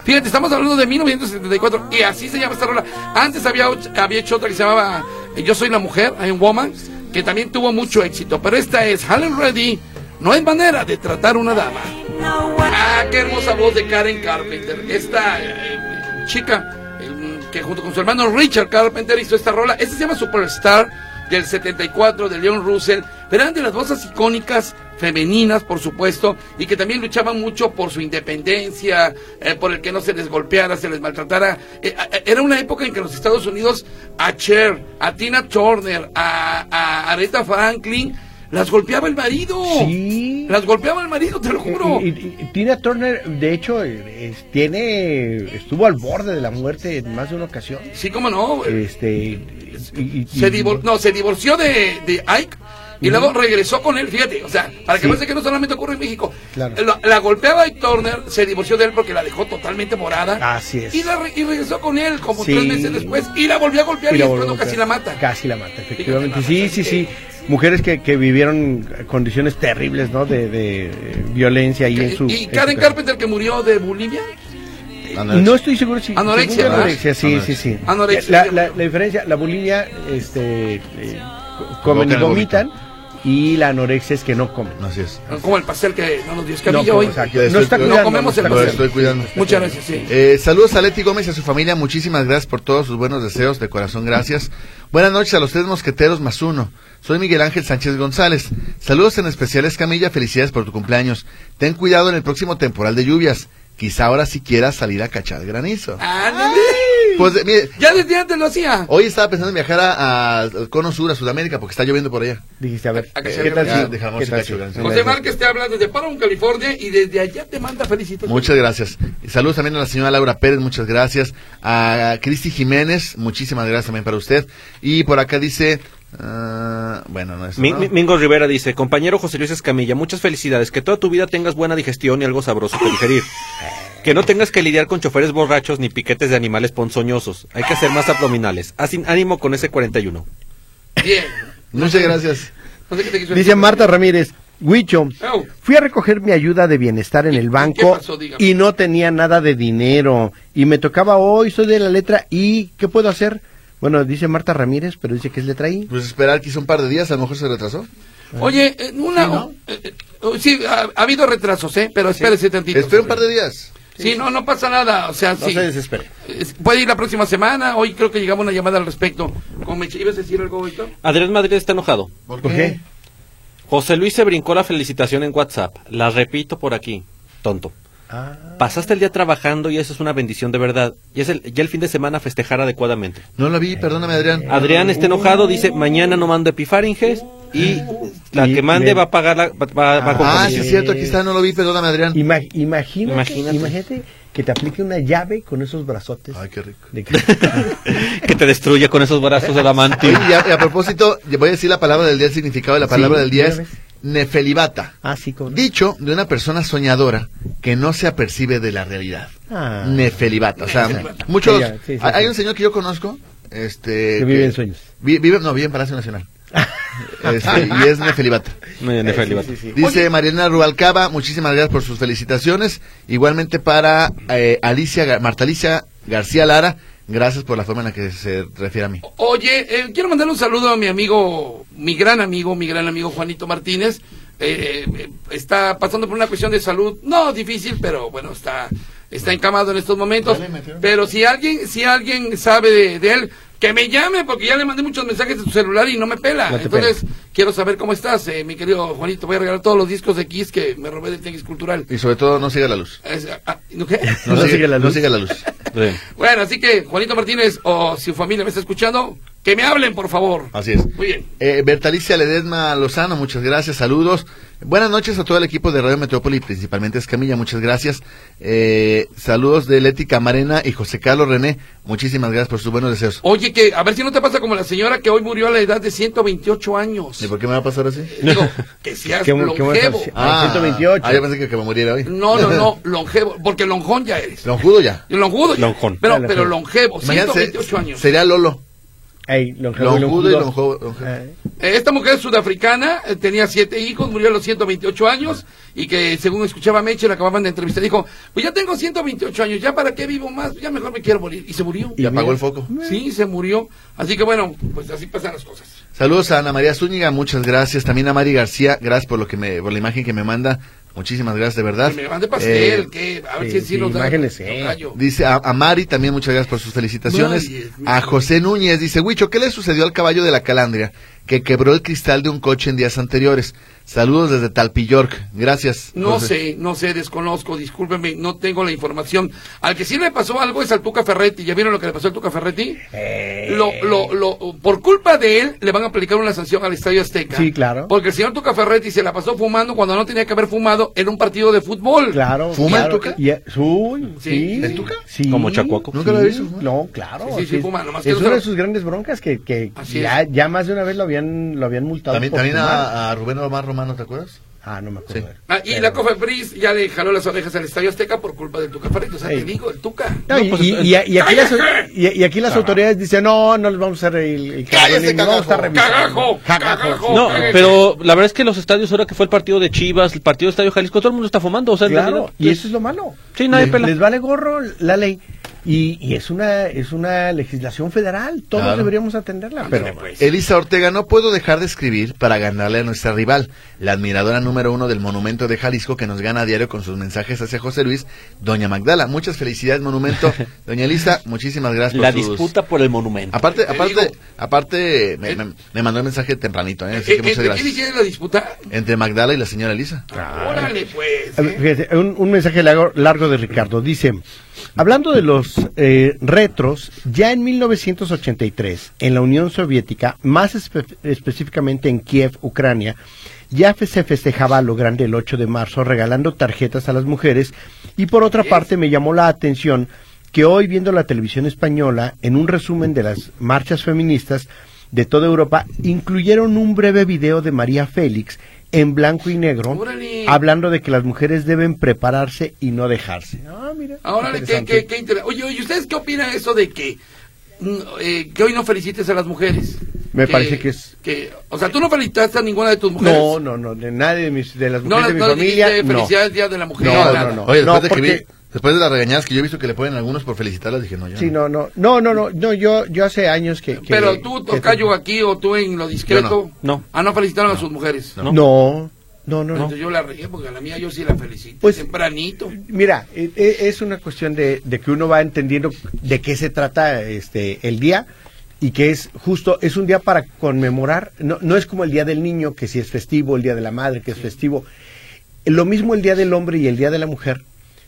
[SPEAKER 1] Fíjate, estamos hablando de 1974 y así se llama esta rola. Antes había, och- había hecho otra que se llamaba eh, Yo soy la mujer, I'm Woman, que también tuvo mucho éxito. Pero esta es Helen Reddy, No es manera de tratar a una dama. Ah, qué hermosa voz de Karen Carpenter. Esta eh, chica eh, que junto con su hermano Richard Carpenter hizo esta rola. Esta se llama Superstar del 74 de Leon Russell. Pero eran de las voces icónicas femeninas, por supuesto, y que también luchaban mucho por su independencia, eh, por el que no se les golpeara, se les maltratara. Eh, a- a- era una época en que los Estados Unidos a Cher, a Tina Turner, a, a Aretha Franklin, las golpeaba el marido.
[SPEAKER 4] Sí.
[SPEAKER 1] Las golpeaba el marido, te lo juro.
[SPEAKER 4] Y, y- y Tina Turner, de hecho, eh, es- tiene, estuvo al borde de la muerte en más de una ocasión.
[SPEAKER 1] Sí, cómo no.
[SPEAKER 4] Este, y- y- y-
[SPEAKER 1] Se, divor- no, se divorció de, de Ike y luego regresó con él, fíjate, o sea, para que
[SPEAKER 4] Sí.
[SPEAKER 1] pase que no solamente ocurre en México.
[SPEAKER 4] Claro.
[SPEAKER 1] La, la golpeaba Ike Turner, se divorció de él porque la dejó totalmente morada.
[SPEAKER 4] Así es.
[SPEAKER 1] Y, la re- y regresó con él como
[SPEAKER 4] Sí.
[SPEAKER 1] tres meses después y la volvió a golpear y,
[SPEAKER 4] la
[SPEAKER 1] después
[SPEAKER 4] volvió
[SPEAKER 1] no
[SPEAKER 4] a
[SPEAKER 1] casi la
[SPEAKER 4] golpear.
[SPEAKER 1] mata.
[SPEAKER 4] Casi la mata, efectivamente.
[SPEAKER 1] Fíjate
[SPEAKER 4] Sí,
[SPEAKER 1] nada más,
[SPEAKER 4] sí,
[SPEAKER 1] así
[SPEAKER 4] sí. Mujeres que, que vivieron condiciones terribles, ¿no? De, de, eh, violencia ahí en su.
[SPEAKER 1] y
[SPEAKER 4] en su
[SPEAKER 1] Karen
[SPEAKER 4] casa.
[SPEAKER 1] Carpenter que murió de bulimia.
[SPEAKER 4] No estoy seguro si.
[SPEAKER 1] Anorexia,
[SPEAKER 4] según yo,
[SPEAKER 1] ¿verdad?
[SPEAKER 4] anorexia, sí, sí, sí.
[SPEAKER 1] Anorexia.
[SPEAKER 4] La, la- la diferencia, la bulimia, este. eh, comen y
[SPEAKER 3] Vomitan y
[SPEAKER 4] vomitan. y la anorexia es que no comen.
[SPEAKER 3] Así es.
[SPEAKER 1] No Como el pastel que no nos dio Escamilla
[SPEAKER 4] No,
[SPEAKER 1] hoy.
[SPEAKER 4] exacto.
[SPEAKER 3] Ya
[SPEAKER 4] No
[SPEAKER 3] estoy-
[SPEAKER 4] está
[SPEAKER 3] lo-
[SPEAKER 4] cuidando,
[SPEAKER 1] no comemos
[SPEAKER 4] no está
[SPEAKER 1] el
[SPEAKER 3] Lo
[SPEAKER 4] cuidando.
[SPEAKER 3] estoy cuidando.
[SPEAKER 1] Muchas gracias, sí.
[SPEAKER 3] Eh, saludos a Leti Gómez y a su familia. Muchísimas gracias por todos sus buenos deseos. De corazón, gracias. Buenas noches a los tres mosqueteros más uno. Soy Miguel Ángel Sánchez González. Saludos en especial, Escamilla. Felicidades por tu cumpleaños. Ten cuidado en el próximo temporal de lluvias. Quizá ahora sí quieras salir a cachar granizo.
[SPEAKER 1] Ándale.
[SPEAKER 3] Pues, eh, mire,
[SPEAKER 1] Ya desde antes lo hacía.
[SPEAKER 4] Oh,
[SPEAKER 3] hoy estaba pensando en viajar a- al Cono Sur, a Sudamérica, porque está lloviendo por allá.
[SPEAKER 4] Dijiste, a ver,
[SPEAKER 1] A- a que se
[SPEAKER 4] ¿qué tal
[SPEAKER 1] vea.
[SPEAKER 4] si-
[SPEAKER 3] Ya, dejamos
[SPEAKER 4] qué
[SPEAKER 3] el
[SPEAKER 4] tal
[SPEAKER 3] cacho
[SPEAKER 4] si-
[SPEAKER 3] grande.
[SPEAKER 1] José Márquez te habla desde Paramount, California, y desde allá te manda felicitaciones.
[SPEAKER 3] Muchas gracias. Y Saludos también a la señora Laura Pérez, muchas gracias. A Cristi Jiménez, muchísimas gracias también para usted. Y por acá dice, ah, bueno, no es...
[SPEAKER 2] Mi-
[SPEAKER 3] ¿no?
[SPEAKER 2] Mi- Mingo Rivera dice, compañero José Luis Escamilla, muchas felicidades, que toda tu vida tengas buena digestión y algo sabroso que digerir. Que no tengas que lidiar con choferes borrachos ni piquetes de animales ponzoñosos. Hay que hacer más abdominales. Haz in- ánimo con ese 41.
[SPEAKER 1] Bien.
[SPEAKER 3] Muchas gracias.
[SPEAKER 1] No sé qué te quiso
[SPEAKER 4] Dice
[SPEAKER 1] decir.
[SPEAKER 4] Marta Ramírez, Huicho,
[SPEAKER 1] Au.
[SPEAKER 4] fui a recoger mi ayuda de bienestar en
[SPEAKER 1] ¿Y- y
[SPEAKER 4] el
[SPEAKER 1] qué
[SPEAKER 4] banco
[SPEAKER 1] pasó? Dígame.
[SPEAKER 4] y no tenía nada de dinero. Y me tocaba hoy, soy de la letra I, ¿qué puedo hacer? Bueno, dice Marta Ramírez, pero dice que es letra I.
[SPEAKER 3] Pues esperar quizá un par de días, a lo mejor se retrasó.
[SPEAKER 1] Oye, eh, una. eh, eh, oh, Sí, ha, ha habido retrasos, ¿eh? Pero espérese tantito.
[SPEAKER 3] Espera un par de días.
[SPEAKER 1] Sí, no, no pasa nada. O sea,
[SPEAKER 4] No
[SPEAKER 1] sí.
[SPEAKER 4] se desespere.
[SPEAKER 1] Es- Puede ir la próxima semana. Hoy creo que llegamos a una llamada al respecto. Con Meche- ¿Ibas a decir algo, Víctor?
[SPEAKER 2] Adrián Madrid está enojado.
[SPEAKER 4] ¿Por qué?
[SPEAKER 2] José Luis se brincó la felicitación en WhatsApp. La repito por aquí. Tonto.
[SPEAKER 4] Ah,
[SPEAKER 2] Pasaste el día trabajando y eso es una bendición de verdad. Y es el, ya el fin de semana festejar adecuadamente.
[SPEAKER 3] No la vi, perdóname Adrián.
[SPEAKER 2] Eh, Adrián está enojado, dice, mañana no mando epifaringes y la
[SPEAKER 4] Y
[SPEAKER 2] que mande
[SPEAKER 4] me-
[SPEAKER 2] va a pagar la... Va, va- va con
[SPEAKER 3] Ah, sí
[SPEAKER 2] comisión.
[SPEAKER 3] es cierto, aquí está, no lo vi, perdóname Adrián.
[SPEAKER 4] ima- imagínate,
[SPEAKER 2] Imagínate.
[SPEAKER 4] imagínate. que te aplique una llave con esos brazotes.
[SPEAKER 3] Ay, qué rico.
[SPEAKER 4] de-
[SPEAKER 2] que te destruya con esos brazos de la
[SPEAKER 3] Oye,
[SPEAKER 2] mantis.
[SPEAKER 3] y a, y a propósito, yo voy a decir la palabra del día, el significado de la
[SPEAKER 4] Sí,
[SPEAKER 3] palabra del día
[SPEAKER 4] de
[SPEAKER 3] es
[SPEAKER 4] una vez.
[SPEAKER 3] nefelibata.
[SPEAKER 4] ah, sí, como...
[SPEAKER 3] Dicho de una persona soñadora que no se apercibe de la realidad.
[SPEAKER 4] Ah.
[SPEAKER 3] Nefelibata. O sea,
[SPEAKER 1] Nefelibata.
[SPEAKER 3] muchos.
[SPEAKER 4] Sí, ya, sí, sí,
[SPEAKER 3] hay
[SPEAKER 4] sí.
[SPEAKER 3] un señor que yo conozco. Este,
[SPEAKER 4] Que vive en sueños.
[SPEAKER 3] vi- vive, no, vive en Palacio Nacional. Este, y es Nefelibata.
[SPEAKER 2] No, en efecto,
[SPEAKER 4] Sí, sí, sí.
[SPEAKER 3] Dice Mariana Rualcaba, muchísimas gracias por sus felicitaciones. Igualmente para eh, Alicia, Gar- Marta Alicia García Lara, gracias por la forma en la que se refiere a mí.
[SPEAKER 1] Oye, eh, quiero mandarle un saludo a mi amigo, mi gran amigo, mi gran amigo Juanito Martínez. Eh, eh, está pasando por una cuestión de salud, no difícil, pero bueno, está, está encamado en estos momentos.
[SPEAKER 3] Dale, Meteoro.
[SPEAKER 1] Pero si alguien, si alguien sabe de, de él, que me llame, porque ya le mandé muchos mensajes de su celular y no me pela.
[SPEAKER 4] No te
[SPEAKER 1] Entonces, quiero saber cómo estás, eh, mi querido Juanito. Voy a regalar todos los discos de Kiss que me robé del Tianguis Cultural.
[SPEAKER 3] Y sobre todo, no siga la luz.
[SPEAKER 1] Es- ah, ¿no qué?
[SPEAKER 3] No,
[SPEAKER 4] No
[SPEAKER 3] siga,
[SPEAKER 4] siga la
[SPEAKER 3] no
[SPEAKER 4] luz.
[SPEAKER 3] siga la luz.
[SPEAKER 2] Bien.
[SPEAKER 1] Bueno, así que Juanito Martínez o si su familia me está escuchando, que me hablen, por favor.
[SPEAKER 3] Así es.
[SPEAKER 1] Muy bien.
[SPEAKER 3] Eh, Bertalicia Ledesma Lozano, muchas gracias, saludos. Buenas noches a todo el equipo de Radio Metrópoli, principalmente a Escamilla, muchas gracias. Eh, saludos de Leti Camarena y José Carlos René, muchísimas gracias por sus buenos deseos.
[SPEAKER 1] Oye, que a ver si no te pasa como la señora que hoy murió a la edad de 128 años.
[SPEAKER 3] ¿Y por qué me va a pasar así?
[SPEAKER 1] Digo, que seas
[SPEAKER 4] Qué bu- qué buena
[SPEAKER 1] longevo.
[SPEAKER 4] Ah, 128.
[SPEAKER 3] Ah, yo pensé que, que me muriera hoy.
[SPEAKER 1] No, no, no, longevo, porque lonjón ya eres.
[SPEAKER 3] Lo juro ya.
[SPEAKER 1] Lonjudo. ya.
[SPEAKER 2] Lonjón.
[SPEAKER 1] Pero,
[SPEAKER 4] Ya, longevo.
[SPEAKER 1] pero longevo,
[SPEAKER 3] Imagínate,
[SPEAKER 1] 128 años.
[SPEAKER 3] sería Lolo.
[SPEAKER 4] Ey, longevo y
[SPEAKER 3] Longudo y
[SPEAKER 4] lonjudo.
[SPEAKER 3] longevo- longevo.
[SPEAKER 4] Eh,
[SPEAKER 1] Eh, Esta mujer sudafricana eh, tenía siete hijos, murió a los 128 años y que según escuchaba Meche, la acababan de entrevistar, dijo, pues ya tengo 128 años, ya para qué vivo más, ya mejor me quiero morir. Y se murió.
[SPEAKER 3] Y apagó el foco.
[SPEAKER 1] Sí, se murió. Así que bueno, pues así pasan las cosas.
[SPEAKER 3] Saludos a Ana María Zúñiga, muchas gracias. También a Mari García, gracias por lo que me, por la imagen que me manda. Muchísimas gracias, de verdad.
[SPEAKER 1] Que me mande pastel,
[SPEAKER 3] Eh,
[SPEAKER 1] que a ver si
[SPEAKER 4] sí,
[SPEAKER 1] sí
[SPEAKER 4] sí,
[SPEAKER 1] nos da.
[SPEAKER 4] imágenes, eh.
[SPEAKER 1] tocayo.
[SPEAKER 3] Dice a, a Mari también muchas gracias por sus felicitaciones.
[SPEAKER 1] Mari, es mi-
[SPEAKER 3] A José Núñez dice, Huicho, ¿qué le sucedió al caballo de la calandria que quebró el cristal de un coche en días anteriores? Saludos desde Talpillork. Gracias.
[SPEAKER 1] No
[SPEAKER 3] José.
[SPEAKER 1] sé, no sé, desconozco, discúlpeme, no tengo la información. Al que sí le pasó algo es al Tuca Ferretti. ¿Ya vieron lo que le pasó al Tuca Ferretti?
[SPEAKER 4] Eh.
[SPEAKER 1] Lo, lo, lo, por culpa de él, le van a aplicar una sanción al Estadio Azteca.
[SPEAKER 4] Sí, claro.
[SPEAKER 1] Porque el señor Tuca Ferretti se la pasó fumando cuando no tenía que haber fumado en un partido de fútbol.
[SPEAKER 4] Claro.
[SPEAKER 3] ¿Fuma el
[SPEAKER 4] claro.
[SPEAKER 3] Tuca?
[SPEAKER 4] Y, eh, uy,
[SPEAKER 1] Sí.
[SPEAKER 4] sí.
[SPEAKER 1] ¿El
[SPEAKER 3] Tuca?
[SPEAKER 4] Sí.
[SPEAKER 2] Como chacuaco.
[SPEAKER 3] Nunca lo había visto
[SPEAKER 4] Sí,
[SPEAKER 3] fumar.
[SPEAKER 4] No, claro.
[SPEAKER 1] Sí, sí, sí, fuma, nomás que
[SPEAKER 4] es
[SPEAKER 1] no
[SPEAKER 4] una
[SPEAKER 1] se lo-
[SPEAKER 4] de sus grandes broncas que, que
[SPEAKER 1] Así
[SPEAKER 4] ya, ya más de una vez lo habían, lo habían multado.
[SPEAKER 3] También,
[SPEAKER 4] por
[SPEAKER 3] también
[SPEAKER 4] fumar.
[SPEAKER 3] a, a Rubén Omar Romano, ¿te acuerdas?
[SPEAKER 4] Ah, no me acuerdo.
[SPEAKER 3] Sí.
[SPEAKER 1] Ah, y la Cofepris ya le jaló las orejas al Estadio Azteca por culpa del Tuca Ferretti. O sea,
[SPEAKER 4] Ey.
[SPEAKER 1] te digo, el Tuca.
[SPEAKER 4] No, y,
[SPEAKER 2] pues,
[SPEAKER 4] y- y- y aquí las, y- y aquí las autoridades dicen, no, no les vamos a hacer el, el
[SPEAKER 3] Cállese,
[SPEAKER 4] ni vamos a estar
[SPEAKER 3] cagajo.
[SPEAKER 4] revisando".
[SPEAKER 1] ¡Cagajo! ¡Cagajo!
[SPEAKER 2] No,
[SPEAKER 1] cállate.
[SPEAKER 2] pero la verdad es que los estadios, ahora que fue el partido de Chivas, el partido de Estadio Jalisco, todo el mundo está fumando. O sea, en
[SPEAKER 4] Claro,
[SPEAKER 2] realidad,
[SPEAKER 4] y eso es lo malo.
[SPEAKER 2] Sí, nadie
[SPEAKER 4] Les-
[SPEAKER 2] pela.
[SPEAKER 4] Les vale gorro la ley. Y, y es una es una legislación federal, todos
[SPEAKER 3] Claro.
[SPEAKER 4] deberíamos atenderla, pero
[SPEAKER 1] Ándale, pues.
[SPEAKER 3] Elisa Ortega, no puedo dejar de escribir para ganarle a nuestra rival, la admiradora número uno del Monumento de Jalisco que nos gana a diario con sus mensajes hacia José Luis, Doña Magdala. Muchas felicidades, Monumento. Doña Elisa, muchísimas gracias
[SPEAKER 2] La
[SPEAKER 3] sus-
[SPEAKER 2] disputa por el monumento.
[SPEAKER 3] Aparte,
[SPEAKER 1] Te
[SPEAKER 3] aparte,
[SPEAKER 1] digo-
[SPEAKER 3] aparte, me,
[SPEAKER 1] Eh.
[SPEAKER 3] me- me mandó el mensaje tempranito, ¿eh? así
[SPEAKER 1] Eh,
[SPEAKER 3] que muchas
[SPEAKER 1] ¿entre quién y
[SPEAKER 3] gracias.
[SPEAKER 1] quién es la disputa?
[SPEAKER 3] Entre Magdala y la señora Elisa.
[SPEAKER 1] Órale, pues.
[SPEAKER 4] A ver, fíjate, un, un mensaje largo, largo de Ricardo. Dice, hablando de los eh, retros, ya en 1983, en la Unión Soviética, más espe- específicamente en Kiev, Ucrania, ya fe- se festejaba a lo grande el 8 de marzo regalando tarjetas a las mujeres. Y por otra parte me llamó la atención que hoy viendo la televisión española, en un resumen de las marchas feministas de toda Europa, incluyeron un breve video de María Félix en blanco y negro
[SPEAKER 1] Órale.
[SPEAKER 4] hablando de que las mujeres deben prepararse y no dejarse. Ah, mira.
[SPEAKER 1] Ahora, ¿qué,
[SPEAKER 4] interesante.
[SPEAKER 1] qué, qué inter- Oye, oye, ¿ustedes qué opinan eso de que, mm, eh, que hoy no felicites a las mujeres?
[SPEAKER 4] Me parece que es-
[SPEAKER 1] que- o sea, tú no felicitaste a ninguna de tus mujeres.
[SPEAKER 4] No, no, no, de nadie de, mis, de las
[SPEAKER 1] No,
[SPEAKER 4] mujeres
[SPEAKER 1] no,
[SPEAKER 4] de mi
[SPEAKER 1] no dijiste
[SPEAKER 4] familia. no.
[SPEAKER 1] felicidades Día de la Mujer.
[SPEAKER 4] No,
[SPEAKER 1] nada.
[SPEAKER 4] no, no.
[SPEAKER 3] Oye, después, de que vi-
[SPEAKER 4] porque-
[SPEAKER 3] después de las regañadas que yo he visto que le ponen algunos por felicitarlas, dije, no, yo
[SPEAKER 4] Sí,
[SPEAKER 3] no.
[SPEAKER 4] no, no, no, no, no, no, yo, yo hace años que... que-
[SPEAKER 1] Pero tú,
[SPEAKER 4] que-
[SPEAKER 1] Tocayo, aquí o tú en lo discreto.
[SPEAKER 2] Yo no. No.
[SPEAKER 1] Ah, no felicitaron a sus mujeres.
[SPEAKER 4] No, no, no, no.
[SPEAKER 1] Entonces yo la regué porque a la mía yo sí la felicito.
[SPEAKER 4] Pues-
[SPEAKER 1] tempranito.
[SPEAKER 4] Mira, e- e- es una cuestión de, de que uno va entendiendo de qué se trata este el día y que es justo, es un día para conmemorar, no, no es como el Día del Niño, que si es festivo, el Día de la Madre, que es festivo. Lo mismo el Día del Hombre y el Día de la Mujer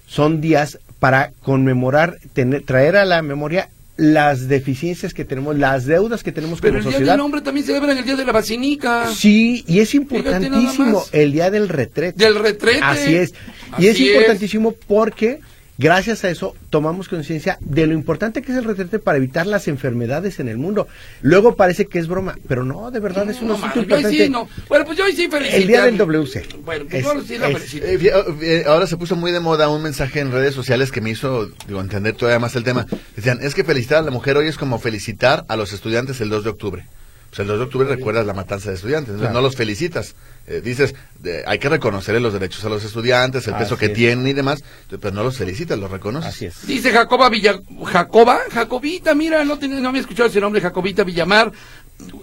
[SPEAKER 4] son días para conmemorar, tener- traer a la memoria las deficiencias que tenemos, las deudas que tenemos
[SPEAKER 1] Pero el
[SPEAKER 4] pues, como
[SPEAKER 1] Día
[SPEAKER 4] sociedad.
[SPEAKER 1] del Hombre también celebran el Día de la Vacinica.
[SPEAKER 4] Sí, y
[SPEAKER 1] nada más.
[SPEAKER 4] es importantísimo el día del retrete.
[SPEAKER 1] Del retrete.
[SPEAKER 4] Así es.
[SPEAKER 1] Así
[SPEAKER 4] Y es
[SPEAKER 1] es.
[SPEAKER 4] importantísimo porque gracias a eso tomamos conciencia de lo importante que es el retrete para evitar las enfermedades en el mundo. Luego parece que es broma, pero no, de verdad es un
[SPEAKER 1] No,
[SPEAKER 4] asunto
[SPEAKER 1] mano, yo hoy
[SPEAKER 4] importante.
[SPEAKER 1] sí no. Bueno, pues yo hoy sí felicito.
[SPEAKER 4] El día
[SPEAKER 1] a
[SPEAKER 4] del
[SPEAKER 1] mi-
[SPEAKER 4] WC.
[SPEAKER 1] Bueno, pues
[SPEAKER 4] Es-
[SPEAKER 1] yo sí la
[SPEAKER 4] es-
[SPEAKER 1] felicito.
[SPEAKER 3] Eh, fí- eh, ahora se puso muy de moda un mensaje en redes sociales que me hizo digo, entender todavía más el tema. Decían, es que felicitar a la mujer hoy es como felicitar a los estudiantes el 2 de octubre. Pues el 2 de octubre recuerdas la matanza de estudiantes, entonces
[SPEAKER 4] Claro.
[SPEAKER 3] no los felicitas. Eh, dices, de- hay que reconocerle los derechos a los estudiantes, el peso que
[SPEAKER 4] Así es.
[SPEAKER 3] tienen y demás, pero no los felicitas, los reconoces.
[SPEAKER 4] Ah, Así es.
[SPEAKER 1] Dice Jacoba Villa... Jacoba, Jacobita, mira, no, tenía- no había escuchado ese nombre, Jacobita Villamar.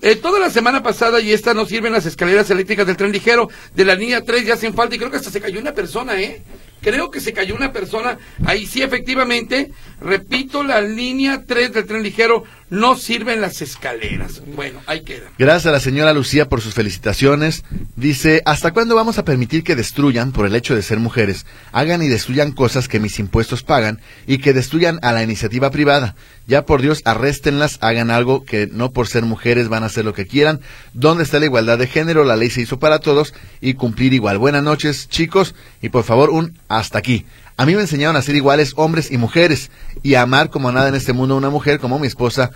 [SPEAKER 1] Eh, toda la semana pasada y esta no sirven las escaleras eléctricas del tren ligero de la línea 3 ya hacen falta y creo que hasta se cayó una persona, ¿eh? Creo que se cayó una persona. Ahí sí, efectivamente, repito, la línea 3 del tren ligero no sirven las escaleras. Bueno, ahí queda.
[SPEAKER 3] Gracias a la señora Lucía por sus felicitaciones. Dice, ¿hasta cuándo vamos a permitir que destruyan, por el hecho de ser mujeres, hagan y destruyan cosas que mis impuestos pagan y que destruyan a la iniciativa privada? Ya por Dios, arréstenlas, hagan algo que no por ser mujeres van a hacer lo que quieran. ¿Dónde está la igualdad de género? La ley se hizo para todos y cumplir igual. Buenas noches, chicos, y por favor, un hasta aquí. A mí me enseñaron a ser iguales hombres y mujeres y a amar como nada en este mundo a una mujer como mi esposa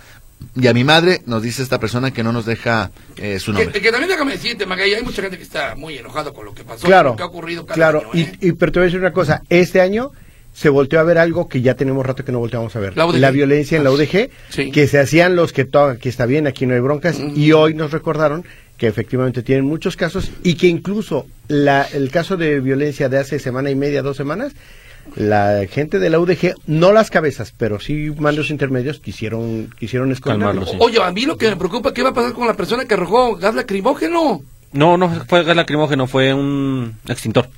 [SPEAKER 3] y a mi madre nos dice esta persona que no nos deja eh, su
[SPEAKER 1] Que,
[SPEAKER 3] nombre.
[SPEAKER 1] que también déjame decirte, Magay, hay mucha gente que está muy enojada con lo que pasó, con
[SPEAKER 4] Claro.
[SPEAKER 1] lo que ha ocurrido cada
[SPEAKER 4] Claro,
[SPEAKER 1] año,
[SPEAKER 4] y,
[SPEAKER 1] ¿eh?
[SPEAKER 4] y pero te voy a decir una cosa, este año se volteó a ver algo que ya tenemos rato que no volteamos a ver.
[SPEAKER 1] La UDG.
[SPEAKER 4] violencia en la UDG,
[SPEAKER 1] Ah, Sí.
[SPEAKER 4] que se hacían los que todo, aquí está bien, aquí no hay broncas, y hoy nos recordaron que efectivamente tienen muchos casos y que incluso la, el caso de violencia de hace semana y media, dos semanas, la gente de la UDG, no las cabezas, pero sí mandos intermedios quisieron, quisieron esconderlo.
[SPEAKER 2] Calmarlo, sí.
[SPEAKER 1] Oye, a mí lo que me preocupa, ¿qué va a pasar con la persona que arrojó gas lacrimógeno?
[SPEAKER 2] No, no fue gas lacrimógeno, fue un extintor.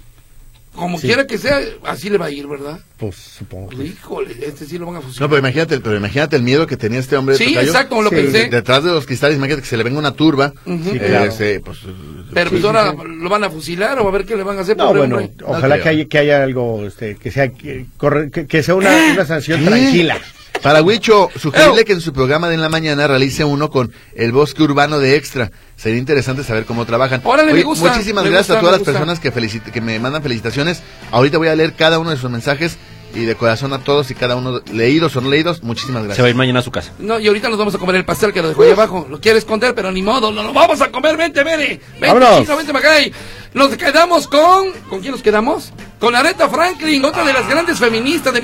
[SPEAKER 1] Como quiera que sea, así le va a ir, ¿verdad?
[SPEAKER 4] Pues supongo que
[SPEAKER 1] Híjole, este sí lo van a
[SPEAKER 3] No,
[SPEAKER 1] fusilar.
[SPEAKER 3] pero imagínate, pero imagínate el miedo que tenía este hombre.
[SPEAKER 1] Sí,
[SPEAKER 3] Tocayo.
[SPEAKER 1] exacto, lo
[SPEAKER 4] Sí.
[SPEAKER 1] pensé.
[SPEAKER 3] Detrás de los cristales, imagínate que se le venga una turba.
[SPEAKER 1] Ujú. Sí,
[SPEAKER 3] eh,
[SPEAKER 4] claro.
[SPEAKER 3] se- pues, eh,
[SPEAKER 1] Pero pues ahora lo van a fusilar o a ver qué le van a hacer.
[SPEAKER 4] No,
[SPEAKER 1] pobre
[SPEAKER 4] bueno,
[SPEAKER 1] hombre.
[SPEAKER 4] ojalá
[SPEAKER 3] creo.
[SPEAKER 4] que haya, que haya algo, este, que sea, que, corre- que- que sea una, una sanción
[SPEAKER 3] ¿Qué?
[SPEAKER 4] tranquila.
[SPEAKER 3] Para Huicho, sugerirle que en su programa de en la mañana realice uno con el bosque urbano de extra. Sería interesante saber cómo trabajan.
[SPEAKER 1] Órale, me gusta,
[SPEAKER 3] Muchísimas
[SPEAKER 1] me
[SPEAKER 3] gracias
[SPEAKER 1] gusta,
[SPEAKER 3] a todas
[SPEAKER 1] me
[SPEAKER 3] las
[SPEAKER 1] gusta.
[SPEAKER 3] personas que, felicit- que me mandan felicitaciones. Ahorita voy a leer cada uno de sus mensajes y de corazón a todos y cada uno, leídos o no leídos, muchísimas gracias.
[SPEAKER 2] Se va a ir mañana a su casa.
[SPEAKER 1] No, y ahorita nos vamos a comer el pastel que lo dejó ahí abajo. Lo quiere esconder, pero ni modo, no lo vamos a comer. Vente, Mere. Vente,
[SPEAKER 4] Vámonos.
[SPEAKER 1] chino, vente, Macay. Nos quedamos con. ¿Con quién nos quedamos? Con Aretha Franklin, otra de las grandes feministas de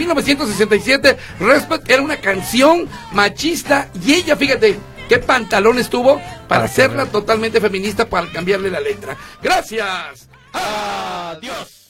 [SPEAKER 1] 1967. Respect era una canción machista y ella, fíjate, qué pantalón estuvo para, hacerla totalmente feminista, para cambiarle la letra. Gracias. Adiós.